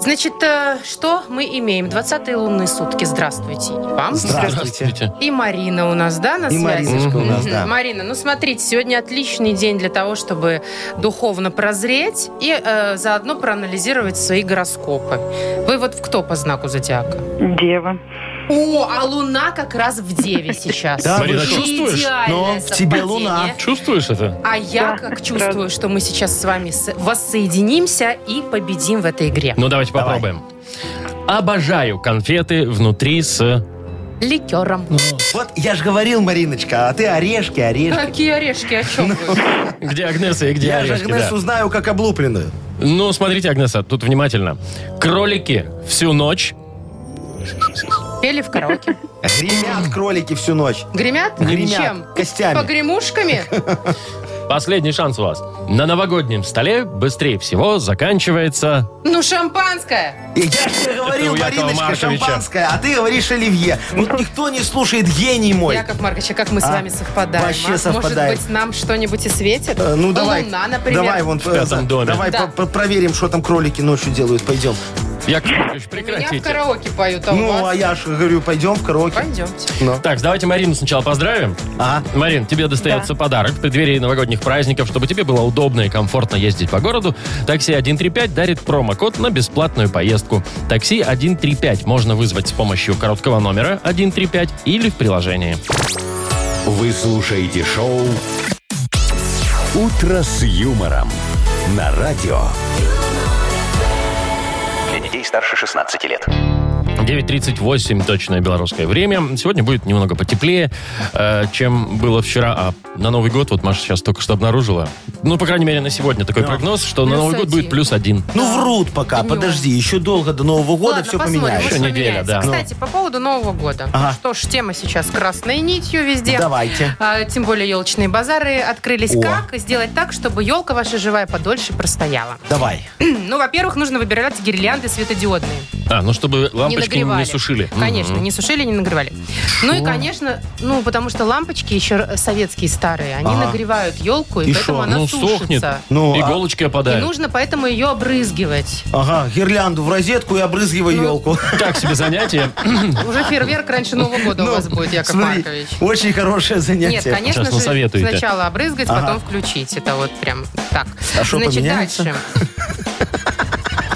Speaker 3: Значит, э, что мы имеем? 20-е лунные сутки. Здравствуйте и вам.
Speaker 4: Здравствуйте.
Speaker 2: Здравствуйте.
Speaker 3: И Марина у нас, да, на
Speaker 4: И
Speaker 3: связи?
Speaker 4: Мариночка у нас,
Speaker 3: Мгм.
Speaker 4: да.
Speaker 3: Марина, ну смотрите, сегодня отличный день для того, чтобы духовно прозреть и э, заодно проанализировать свои гороскопы. Вы вот в кто по знаку зодиака?
Speaker 5: Дева.
Speaker 3: О, а луна как раз в *laughs* 9 сейчас.
Speaker 4: Да,
Speaker 2: Марина,
Speaker 3: И
Speaker 2: чувствуешь?
Speaker 3: идеальное
Speaker 4: Но в тебе
Speaker 3: совпадение.
Speaker 4: луна.
Speaker 2: Чувствуешь это?
Speaker 3: А я
Speaker 5: Да,
Speaker 3: как
Speaker 5: правда.
Speaker 3: чувствую, что мы сейчас с вами с- воссоединимся и победим в этой игре.
Speaker 2: Ну, давайте попробуем. Обожаю конфеты внутри с...
Speaker 3: Ликером.
Speaker 4: Вот я же говорил, Мариночка, а ты орешки, орешки. Ну.
Speaker 3: Какие орешки, о чем вы?
Speaker 2: Где Агнеса и где
Speaker 4: Я же
Speaker 2: орешки, да.
Speaker 4: Агнесу знаю как облупленную.
Speaker 2: Ну, смотрите, Агнеса, тут внимательно. Кролики всю ночь.
Speaker 3: Пели в караоке.
Speaker 4: Гремят кролики всю ночь.
Speaker 3: Гремят? Типа
Speaker 4: Гремят
Speaker 3: Чем?
Speaker 4: костями.
Speaker 3: Погремушками?
Speaker 2: Последний шанс у вас. На новогоднем столе быстрее всего заканчивается...
Speaker 3: Ну, шампанское.
Speaker 4: И Я же тебе говорил,
Speaker 2: у Якова
Speaker 4: Мариночка,
Speaker 2: Марковича.
Speaker 4: шампанское, а ты говоришь оливье. Вот никто не слушает, гений мой.
Speaker 3: Яков Маркович, а как мы с
Speaker 4: А,
Speaker 3: вами совпадаем? а?
Speaker 4: вообще совпадаем.
Speaker 3: Может быть, нам что-нибудь и светит?
Speaker 4: Э, Ну, давай.
Speaker 3: Луна, например.
Speaker 4: Давай, вон, э,
Speaker 2: пятом доме.
Speaker 4: давай
Speaker 3: Да.
Speaker 4: по- по- проверим, что там кролики ночью делают. Пойдем.
Speaker 2: Яков Маркович,
Speaker 3: Меня в
Speaker 2: прекратите.
Speaker 3: караоке поют, а у
Speaker 4: ну, а
Speaker 3: вас?
Speaker 4: я же говорю, пойдем в караоке. А?
Speaker 3: Пойдемте.
Speaker 2: Так, давайте Марину сначала поздравим.
Speaker 4: Ага.
Speaker 2: Марин, тебе достается подарок в преддверии новогодних праздников. Чтобы тебе было удобно и комфортно ездить по городу, такси 135 дарит промокод на бесплатную поездку. Такси 135 можно вызвать с помощью короткого номера 135 или в приложении.
Speaker 1: Вы слушаете шоу «Утро с юмором» на радио.
Speaker 9: Для детей старше 16 лет.
Speaker 2: 9.38 точное белорусское время. Сегодня будет немного потеплее, э, чем было вчера. А на Новый год, вот Маша сейчас только что обнаружила. Ну, по крайней мере, на сегодня такой прогноз, что на
Speaker 3: Плюс
Speaker 2: Новый год
Speaker 3: один.
Speaker 2: будет плюс один.
Speaker 4: Ну, врут пока,
Speaker 3: Днём.
Speaker 4: подожди, еще долго до Нового года
Speaker 3: Ладно,
Speaker 4: все
Speaker 3: посмотрим,
Speaker 4: поменяешь.
Speaker 3: мы с
Speaker 2: Еще
Speaker 3: вами
Speaker 2: неделя,
Speaker 3: меняемся.
Speaker 2: да.
Speaker 3: Кстати, по поводу Нового года.
Speaker 4: Ага.
Speaker 3: Что ж, тема сейчас красной нитью везде.
Speaker 4: Давайте.
Speaker 3: А, тем более елочные базары открылись.
Speaker 4: О.
Speaker 3: Как сделать так, чтобы елка ваша живая подольше простояла? *clears throat*
Speaker 4: Давай.
Speaker 3: ну, во-первых, нужно выбирать гирлянды светодиодные.
Speaker 2: А, ну, чтобы лампочки не,
Speaker 3: нагревали.
Speaker 2: сушили.
Speaker 3: Конечно,
Speaker 2: Мгм.
Speaker 3: не сушили, не нагревали. Ну и, конечно, ну, потому что лампочки еще р- советские старые, они
Speaker 4: Ага.
Speaker 3: нагревают елку, и,
Speaker 4: И
Speaker 3: поэтому
Speaker 4: шо?
Speaker 3: она
Speaker 2: ну,
Speaker 3: сушится.
Speaker 2: сохнет.
Speaker 4: Ну, а-
Speaker 2: Иголочкой
Speaker 3: И
Speaker 2: опадает.
Speaker 3: нужно поэтому ее обрызгивать.
Speaker 4: Ага, гирлянду в розетку и обрызгивай
Speaker 3: Ну,
Speaker 4: елку.
Speaker 2: Так себе занятие.
Speaker 3: Уже фейерверк раньше Нового
Speaker 4: Ну,
Speaker 3: года у вас будет, Яков Маркович.
Speaker 4: Очень хорошее занятие.
Speaker 3: Нет, конечно
Speaker 2: Сейчас
Speaker 3: же,
Speaker 2: насоветуете.
Speaker 3: сначала обрызгать,
Speaker 4: Ага.
Speaker 3: потом включить. Это вот прям так.
Speaker 4: А шо,
Speaker 3: Значит,
Speaker 4: поменяется?
Speaker 3: дальше.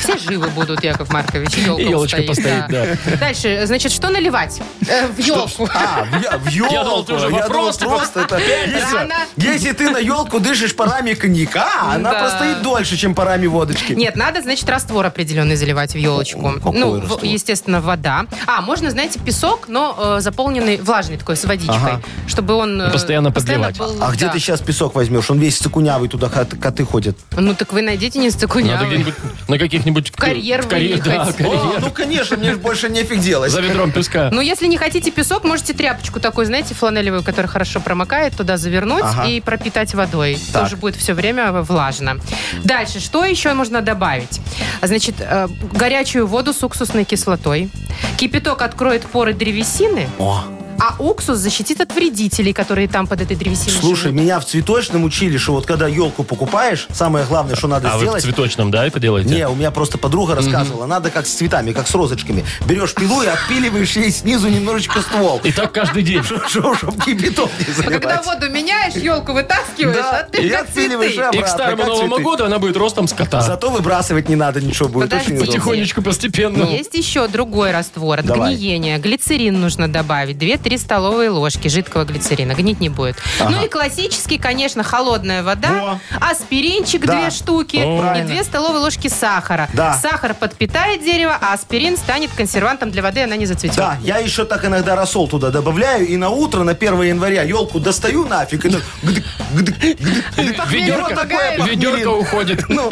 Speaker 3: Все живы будут, Яков Маркович. Елка
Speaker 2: И елочка постоит,
Speaker 3: Дальше, значит, что наливать э, в елку?
Speaker 4: А, в, я- в елку.
Speaker 2: Я думал, ты уже вопрос, типа,
Speaker 4: просто это... Если,
Speaker 3: Рано.
Speaker 4: если ты на елку дышишь парами коньяка, а, она
Speaker 3: Да.
Speaker 4: простоит дольше, чем парами водочки.
Speaker 3: Нет, надо, значит, раствор определенный заливать в елочку.
Speaker 4: Какой
Speaker 3: ну, в-
Speaker 4: раствор?
Speaker 3: естественно, вода. А, можно, знаете, песок, но э, заполненный влажный такой, с водичкой.
Speaker 4: Ага.
Speaker 3: Чтобы он... э,
Speaker 2: Постоянно подливать.
Speaker 3: был,
Speaker 4: А где
Speaker 3: да.
Speaker 4: ты сейчас песок возьмешь? Он весь цикунявый, туда кот- коты ходят.
Speaker 3: Ну, так вы найдите не
Speaker 2: Надо где-нибудь на каких-нибудь... В
Speaker 3: карьер
Speaker 2: Да,
Speaker 3: выехать.
Speaker 2: карьер.
Speaker 4: ну, конечно, мне же больше нефиг делать.
Speaker 2: За ведром песка.
Speaker 3: *laughs* Ну, если не хотите песок, можете тряпочку такую, знаете, фланелевую, которая хорошо промокает, туда завернуть
Speaker 4: Ага.
Speaker 3: и пропитать водой.
Speaker 4: Так.
Speaker 3: Тоже будет все время влажно. Дальше, что еще можно добавить? Значит, э, горячую воду с уксусной кислотой. Кипяток откроет поры древесины,
Speaker 4: О,
Speaker 3: а уксус защитит от вредителей, которые там под этой древесиной
Speaker 4: слушай,
Speaker 3: живут.
Speaker 4: меня в цветочном учили, что вот когда елку покупаешь, самое главное, что надо
Speaker 2: А вы в
Speaker 4: сделать...
Speaker 2: цветочном, да, это делаете?
Speaker 4: Не, у меня просто подруга рассказывала, надо как с цветами, как с розочками. Берешь пилу и отпиливаешь ей снизу немножечко ствол.
Speaker 2: И так каждый день.
Speaker 4: Чтобы кипяток не
Speaker 3: А Когда
Speaker 4: заливать.
Speaker 3: воду меняешь, елку вытаскиваешь,
Speaker 4: Да,
Speaker 3: а ты
Speaker 4: и
Speaker 3: как
Speaker 4: отпиливаешь,
Speaker 3: цветы.
Speaker 4: а
Speaker 2: И к
Speaker 4: Обратно,
Speaker 2: старому
Speaker 4: как
Speaker 2: Новому
Speaker 4: цветы.
Speaker 2: году она будет ростом с кота.
Speaker 4: Зато выбрасывать не надо, ничего будет.
Speaker 3: Подожди.
Speaker 4: Очень удобно.
Speaker 2: Потихонечку, постепенно.
Speaker 3: Есть еще другой раствор от
Speaker 4: Давай.
Speaker 3: гниения. Глицерин нужно добавить. 2-3 столовые ложки жидкого глицерина. Гнить не будет. Ну и классический, конечно, холодная вода. Аспиринчик
Speaker 4: Да.
Speaker 3: 2 штуки.
Speaker 2: О.
Speaker 3: И
Speaker 4: Правильно.
Speaker 3: 2 столовые ложки сахара.
Speaker 4: Да.
Speaker 3: Сахар подпитает дерево, а аспирин станет консервантом для воды, и она не зацветет.
Speaker 4: Да, я еще так иногда рассол туда добавляю, и на утро, на 1 января, елку достаю нафиг, и так гдык, гдык, гдык.
Speaker 2: Ведерко,
Speaker 4: Вот такое похмелье.
Speaker 2: ведерко уходит.
Speaker 4: Ну,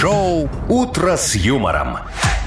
Speaker 1: Шоу «Утро с юмором».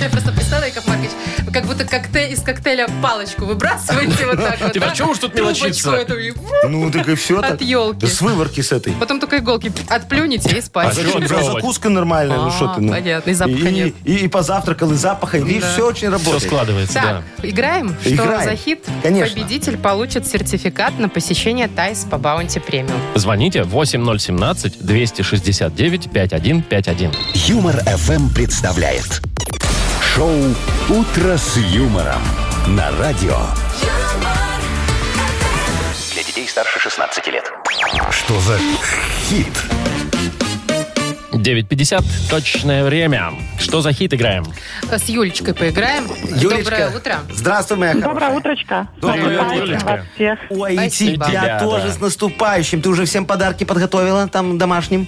Speaker 3: Я просто представила, как Маркович, вы как будто коктейль, из коктейля палочку выбрасываете вот так вот.
Speaker 2: Типа,
Speaker 3: да?
Speaker 2: чего уж тут
Speaker 3: Трубочку
Speaker 2: мелочиться?
Speaker 3: эту и
Speaker 4: ну, так и все так.
Speaker 3: От елки.
Speaker 4: С выворки с этой.
Speaker 3: Потом только иголки отплюнете и
Speaker 2: А
Speaker 3: спать.
Speaker 2: зачем?
Speaker 4: Зачем?
Speaker 2: пробовать?
Speaker 4: Закуска нормальная, ну
Speaker 3: А,
Speaker 4: что ты. ну.
Speaker 3: понятно, и запаха
Speaker 4: И-
Speaker 3: нет.
Speaker 4: И и позавтракал, и запаха, и видишь, все очень
Speaker 2: Все
Speaker 4: работает.
Speaker 2: складывается,
Speaker 3: Так,
Speaker 2: да.
Speaker 3: играем? Что
Speaker 4: Играем.
Speaker 3: за хит?
Speaker 4: Конечно.
Speaker 3: Победитель получит сертификат на посещение Тайс по Баунти Премиум.
Speaker 2: Звоните 8017-269-5151.
Speaker 1: Юмор ФМ представляет. Шоу «Утро с юмором» на радио.
Speaker 9: Для детей старше 16 лет.
Speaker 1: Что за хит?
Speaker 2: 9.50, точное время. Что за хит играем?
Speaker 3: С Юлечкой поиграем. Доброе утро.
Speaker 4: Здравствуй, моя
Speaker 5: Доброе
Speaker 4: хорошая.
Speaker 5: утрочка.
Speaker 2: Доброе
Speaker 5: С
Speaker 2: утро,
Speaker 5: праздником
Speaker 2: Юлечка.
Speaker 5: вас всех.
Speaker 4: Ой, и
Speaker 3: Спасибо.
Speaker 4: тебя
Speaker 2: Тебя,
Speaker 4: тоже
Speaker 2: да.
Speaker 4: с наступающим. Ты уже всем подарки подготовила там домашним?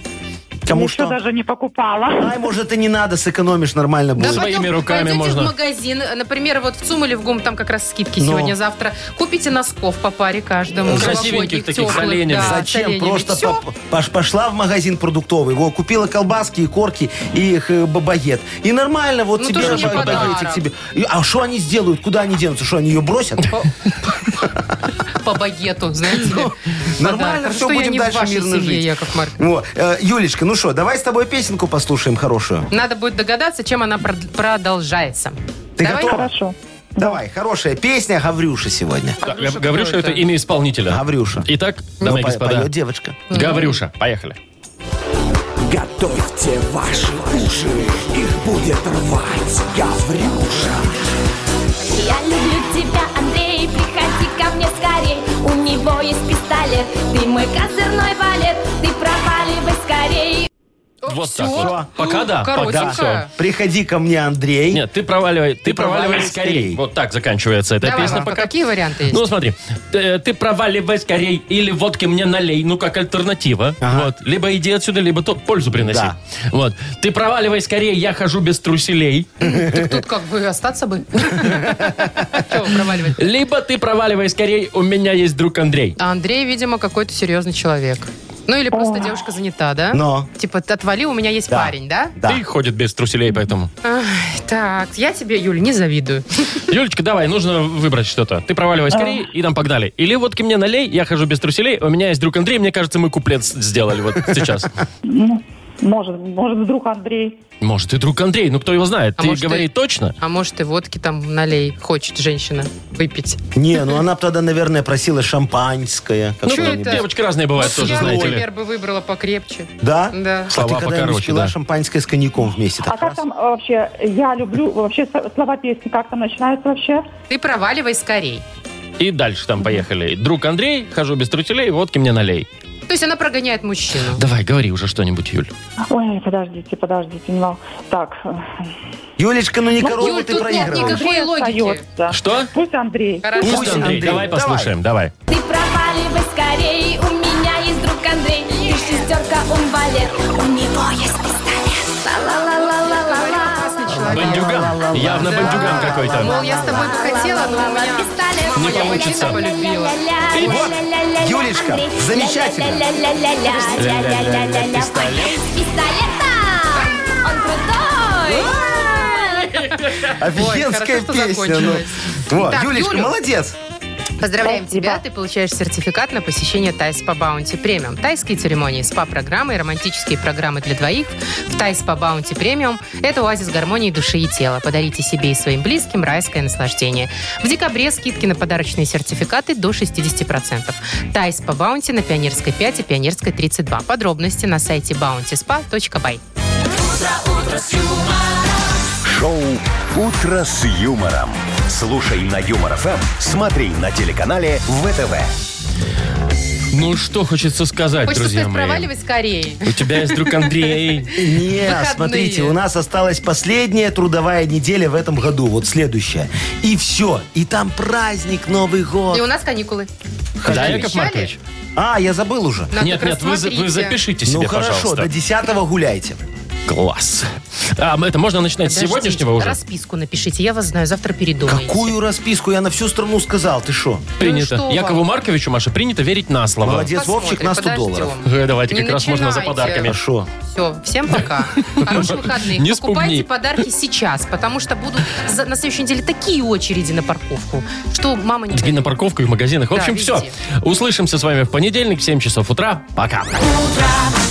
Speaker 4: Кому
Speaker 5: Еще
Speaker 4: что?
Speaker 5: даже не покупала.
Speaker 4: Ай, может, и не надо, сэкономишь, нормально
Speaker 3: Да
Speaker 4: будет.
Speaker 2: Своими
Speaker 3: потом
Speaker 2: руками
Speaker 3: пойдете
Speaker 2: можно. Ну.
Speaker 3: в магазин, например, вот в ЦУМ или в ГУМ, там как раз скидки
Speaker 4: Но.
Speaker 3: сегодня-завтра. Купите носков по паре каждому.
Speaker 2: Красивеньких
Speaker 3: новогодних,
Speaker 2: таких, с
Speaker 3: теплых,
Speaker 2: оленями.
Speaker 3: да, с
Speaker 4: Зачем?
Speaker 3: оленями.
Speaker 4: Просто
Speaker 3: Всё.
Speaker 4: поп- пош- пошла в магазин продуктовый, во, купила колбаски и корки и их э, бабает. И нормально, вот
Speaker 3: Ну,
Speaker 4: тебе
Speaker 3: тоже не
Speaker 4: бабает,
Speaker 3: подарок.
Speaker 4: и тебе. И- А что они сделают? Куда они денутся? Что, они ее бросят?
Speaker 3: по
Speaker 4: *laughs*
Speaker 3: багету, знаете. ли.
Speaker 4: Ну. Нормально,
Speaker 3: Подарков.
Speaker 4: все,
Speaker 3: Что я
Speaker 4: будем
Speaker 3: не в
Speaker 4: дальше
Speaker 3: вашей
Speaker 4: мирно
Speaker 3: семье,
Speaker 4: жить.
Speaker 3: Яков Маркович.
Speaker 4: Во, э, Юлечка, ну что, давай с тобой песенку послушаем хорошую.
Speaker 3: Надо будет догадаться, чем она прод- продолжается.
Speaker 4: Ты
Speaker 3: Давай.
Speaker 4: готова?
Speaker 5: Хорошо.
Speaker 4: Давай, хорошая песня Гаврюша сегодня.
Speaker 2: Да, Гав- Гаврюша, это имя исполнителя.
Speaker 4: Гаврюша.
Speaker 2: Итак,
Speaker 4: Ну,
Speaker 2: дамы и
Speaker 4: по- Ну.
Speaker 2: господа,
Speaker 4: поет девочка.
Speaker 2: Гаврюша, поехали.
Speaker 10: Готовьте ваши уши, их будет рвать Гаврюша.
Speaker 11: Я люблю тебя, Андрей, приходи ко мне скорей У него есть пистолет, ты мой козырной валет Ты проваливай скорей
Speaker 2: Вот
Speaker 3: Всё?
Speaker 2: так вот. Пока да, пока
Speaker 3: Ну, Коротенько.
Speaker 2: все.
Speaker 4: Приходи ко мне, Андрей.
Speaker 2: Нет, ты проваливай, ты, проваливай,
Speaker 4: проваливай
Speaker 2: скорей.
Speaker 4: скорей.
Speaker 2: Вот так заканчивается эта
Speaker 3: Давай,
Speaker 2: песня.
Speaker 3: Вовка,
Speaker 2: пока.
Speaker 3: какие варианты есть?
Speaker 2: Ну, смотри, э, ты проваливай скорей или водки мне налей, ну, как альтернатива.
Speaker 4: Ага.
Speaker 2: Вот. Либо иди отсюда, либо то пользу приноси.
Speaker 4: Да.
Speaker 2: Вот. Ты проваливай скорее, я хожу без труселей.
Speaker 3: Так тут как бы остаться бы. Чего проваливать?
Speaker 2: Либо ты проваливай скорее, у меня есть друг Андрей.
Speaker 3: А Андрей, видимо, какой-то серьезный человек. Ну или просто девушка занята, да?
Speaker 4: Но.
Speaker 3: Типа, ты отвали, у меня есть
Speaker 4: Да.
Speaker 3: парень, да?
Speaker 4: Да.
Speaker 2: Ты ходит без труселей, поэтому.
Speaker 3: Ай, так, я тебе, Юль, не завидую.
Speaker 2: Юлечка, давай, нужно выбрать что-то. Ты проваливай скорее, и там погнали. Или водки мне налей, я хожу без труселей, у меня есть друг Андрей, мне кажется, мы куплет с- сделали вот
Speaker 3: *laughs*
Speaker 2: сейчас.
Speaker 5: Ну, Может, может, вдруг Андрей.
Speaker 2: Может, и друг Андрей, ну кто его знает?
Speaker 3: А
Speaker 2: Ты
Speaker 3: может,
Speaker 2: говори
Speaker 3: ты-
Speaker 2: точно.
Speaker 3: А может, и водки там налей, хочет женщина выпить.
Speaker 4: Не, ну она б тогда, наверное, просила шампанское.
Speaker 2: Ну,
Speaker 3: чё
Speaker 4: какое-нибудь.
Speaker 3: А это?
Speaker 2: девочки разные бывают тоже,
Speaker 3: я,
Speaker 2: знаете ли.
Speaker 3: например, бы выбрала покрепче.
Speaker 4: Да?
Speaker 3: Да.
Speaker 4: А ты
Speaker 2: Слова
Speaker 4: когда-нибудь
Speaker 2: покороче,
Speaker 4: пила
Speaker 2: да.
Speaker 4: шампанское с коньяком вместе?
Speaker 5: А
Speaker 4: Так
Speaker 5: как
Speaker 4: раз?
Speaker 5: там вообще? Я люблю вообще со- слова песни. Как там начинается вообще?
Speaker 3: Ты проваливай скорей.
Speaker 2: И дальше там поехали. Друг Андрей, хожу без труселей, водки мне налей.
Speaker 3: То есть она прогоняет мужчину.
Speaker 2: Давай, говори уже что-нибудь, Юль.
Speaker 5: Ой, подождите, подождите. Не мог- Так, э,
Speaker 4: Юлечка, ну не корову
Speaker 3: Юль,
Speaker 4: ты
Speaker 3: тут нет
Speaker 4: проигрываешь.
Speaker 3: никакой логики.
Speaker 5: остается.
Speaker 2: Что?
Speaker 5: Пусть Андрей.
Speaker 3: Хорошо.
Speaker 2: Пусть Андрей, давай послушаем, давай.
Speaker 11: Ты проваливай скорей, у меня есть друг Андрей Ты шестерка, он валет, у него есть пистолет Ла-ла-ла-ла-ла-ла
Speaker 3: Классный человек.
Speaker 2: Бандюган. Явно
Speaker 3: Да.
Speaker 2: бандюган
Speaker 3: Мол,
Speaker 2: какой-то.
Speaker 3: я с тобой бы хотела, но у меня...
Speaker 11: Пистолет
Speaker 2: Не
Speaker 3: моя
Speaker 2: получится.
Speaker 3: мужчина полюбила.
Speaker 4: И вот, Юлечка, замечательно.
Speaker 11: Ля-ля-ля-ля-ля-ля-ля-ля-ля-ля-ля.
Speaker 2: Пистолет.
Speaker 11: Пистолетом! Он крутой!
Speaker 4: Офигенская
Speaker 3: Ой, хорошо, что
Speaker 4: песня. ну.
Speaker 3: закончилось.
Speaker 4: Вот,
Speaker 3: Так,
Speaker 4: Юлечка,
Speaker 3: Юлю.
Speaker 4: молодец.
Speaker 3: Поздравляем
Speaker 5: Спасибо.
Speaker 3: тебя, ты получаешь сертификат на посещение Тайс по Баунти Премиум. Тайские церемонии, спа-программы и романтические программы для двоих в Тайс по Баунти Премиум – это оазис гармонии души и тела. Подарите себе и своим близким райское наслаждение. В декабре скидки на подарочные сертификаты до 60%. Тайс по Баунти на Пионерской 5 и Пионерской 32. Подробности на сайте bountyspa.by.
Speaker 1: Шоу «Утро с юмором». Слушай на Юмор ФМ, смотри на телеканале ВТВ.
Speaker 2: Ну что хочется сказать,
Speaker 3: Хочется
Speaker 2: друзья
Speaker 3: сказать,
Speaker 2: мои.
Speaker 3: проваливай скорее.
Speaker 2: У тебя есть друг Андрей.
Speaker 4: Не,
Speaker 3: Выходные.
Speaker 4: смотрите, у нас осталась последняя трудовая неделя в этом году, вот следующая. И все, и там праздник Новый
Speaker 3: И у
Speaker 4: год.
Speaker 3: нас каникулы.
Speaker 2: Да,
Speaker 3: Обещали?
Speaker 2: Яков Маркович?
Speaker 4: А, я забыл уже.
Speaker 3: Надо
Speaker 2: Нет,
Speaker 3: как
Speaker 2: нет,
Speaker 3: раз
Speaker 2: вы, за- вы
Speaker 3: смотрите.
Speaker 2: запишите
Speaker 4: Ну
Speaker 2: себе,
Speaker 4: хорошо,
Speaker 2: пожалуйста.
Speaker 4: до 10 гуляйте.
Speaker 2: Класс. А, это можно начинать с
Speaker 3: Подождите,
Speaker 2: сегодняшнего уже?
Speaker 3: Расписку напишите, я вас знаю, завтра передумаете.
Speaker 4: Какую расписку? Я на всю страну сказал, ты шо?
Speaker 2: Принято.
Speaker 3: ну что вам?
Speaker 2: Якову Марковичу, Маша, принято верить на слово.
Speaker 4: Молодец,
Speaker 3: Посмотрим,
Speaker 4: Вовчик, на 100
Speaker 3: подождем.
Speaker 4: долларов.
Speaker 2: Э, Давайте,
Speaker 3: Не
Speaker 2: как раз можно за
Speaker 3: начинайте.
Speaker 2: подарками.
Speaker 4: Хорошо.
Speaker 3: Все,
Speaker 2: *laughs*
Speaker 3: всем пока. Хороших выходных.
Speaker 2: Не спугни.
Speaker 3: Покупайте подарки сейчас, потому что будут за- на следующей неделе такие очереди на парковку, что мама не...
Speaker 2: И на парковку, и в магазинах. В
Speaker 3: Да,
Speaker 2: общем, все.
Speaker 3: везде.
Speaker 2: Услышимся с вами в понедельник в 7 часов утра. Пока.
Speaker 11: Утро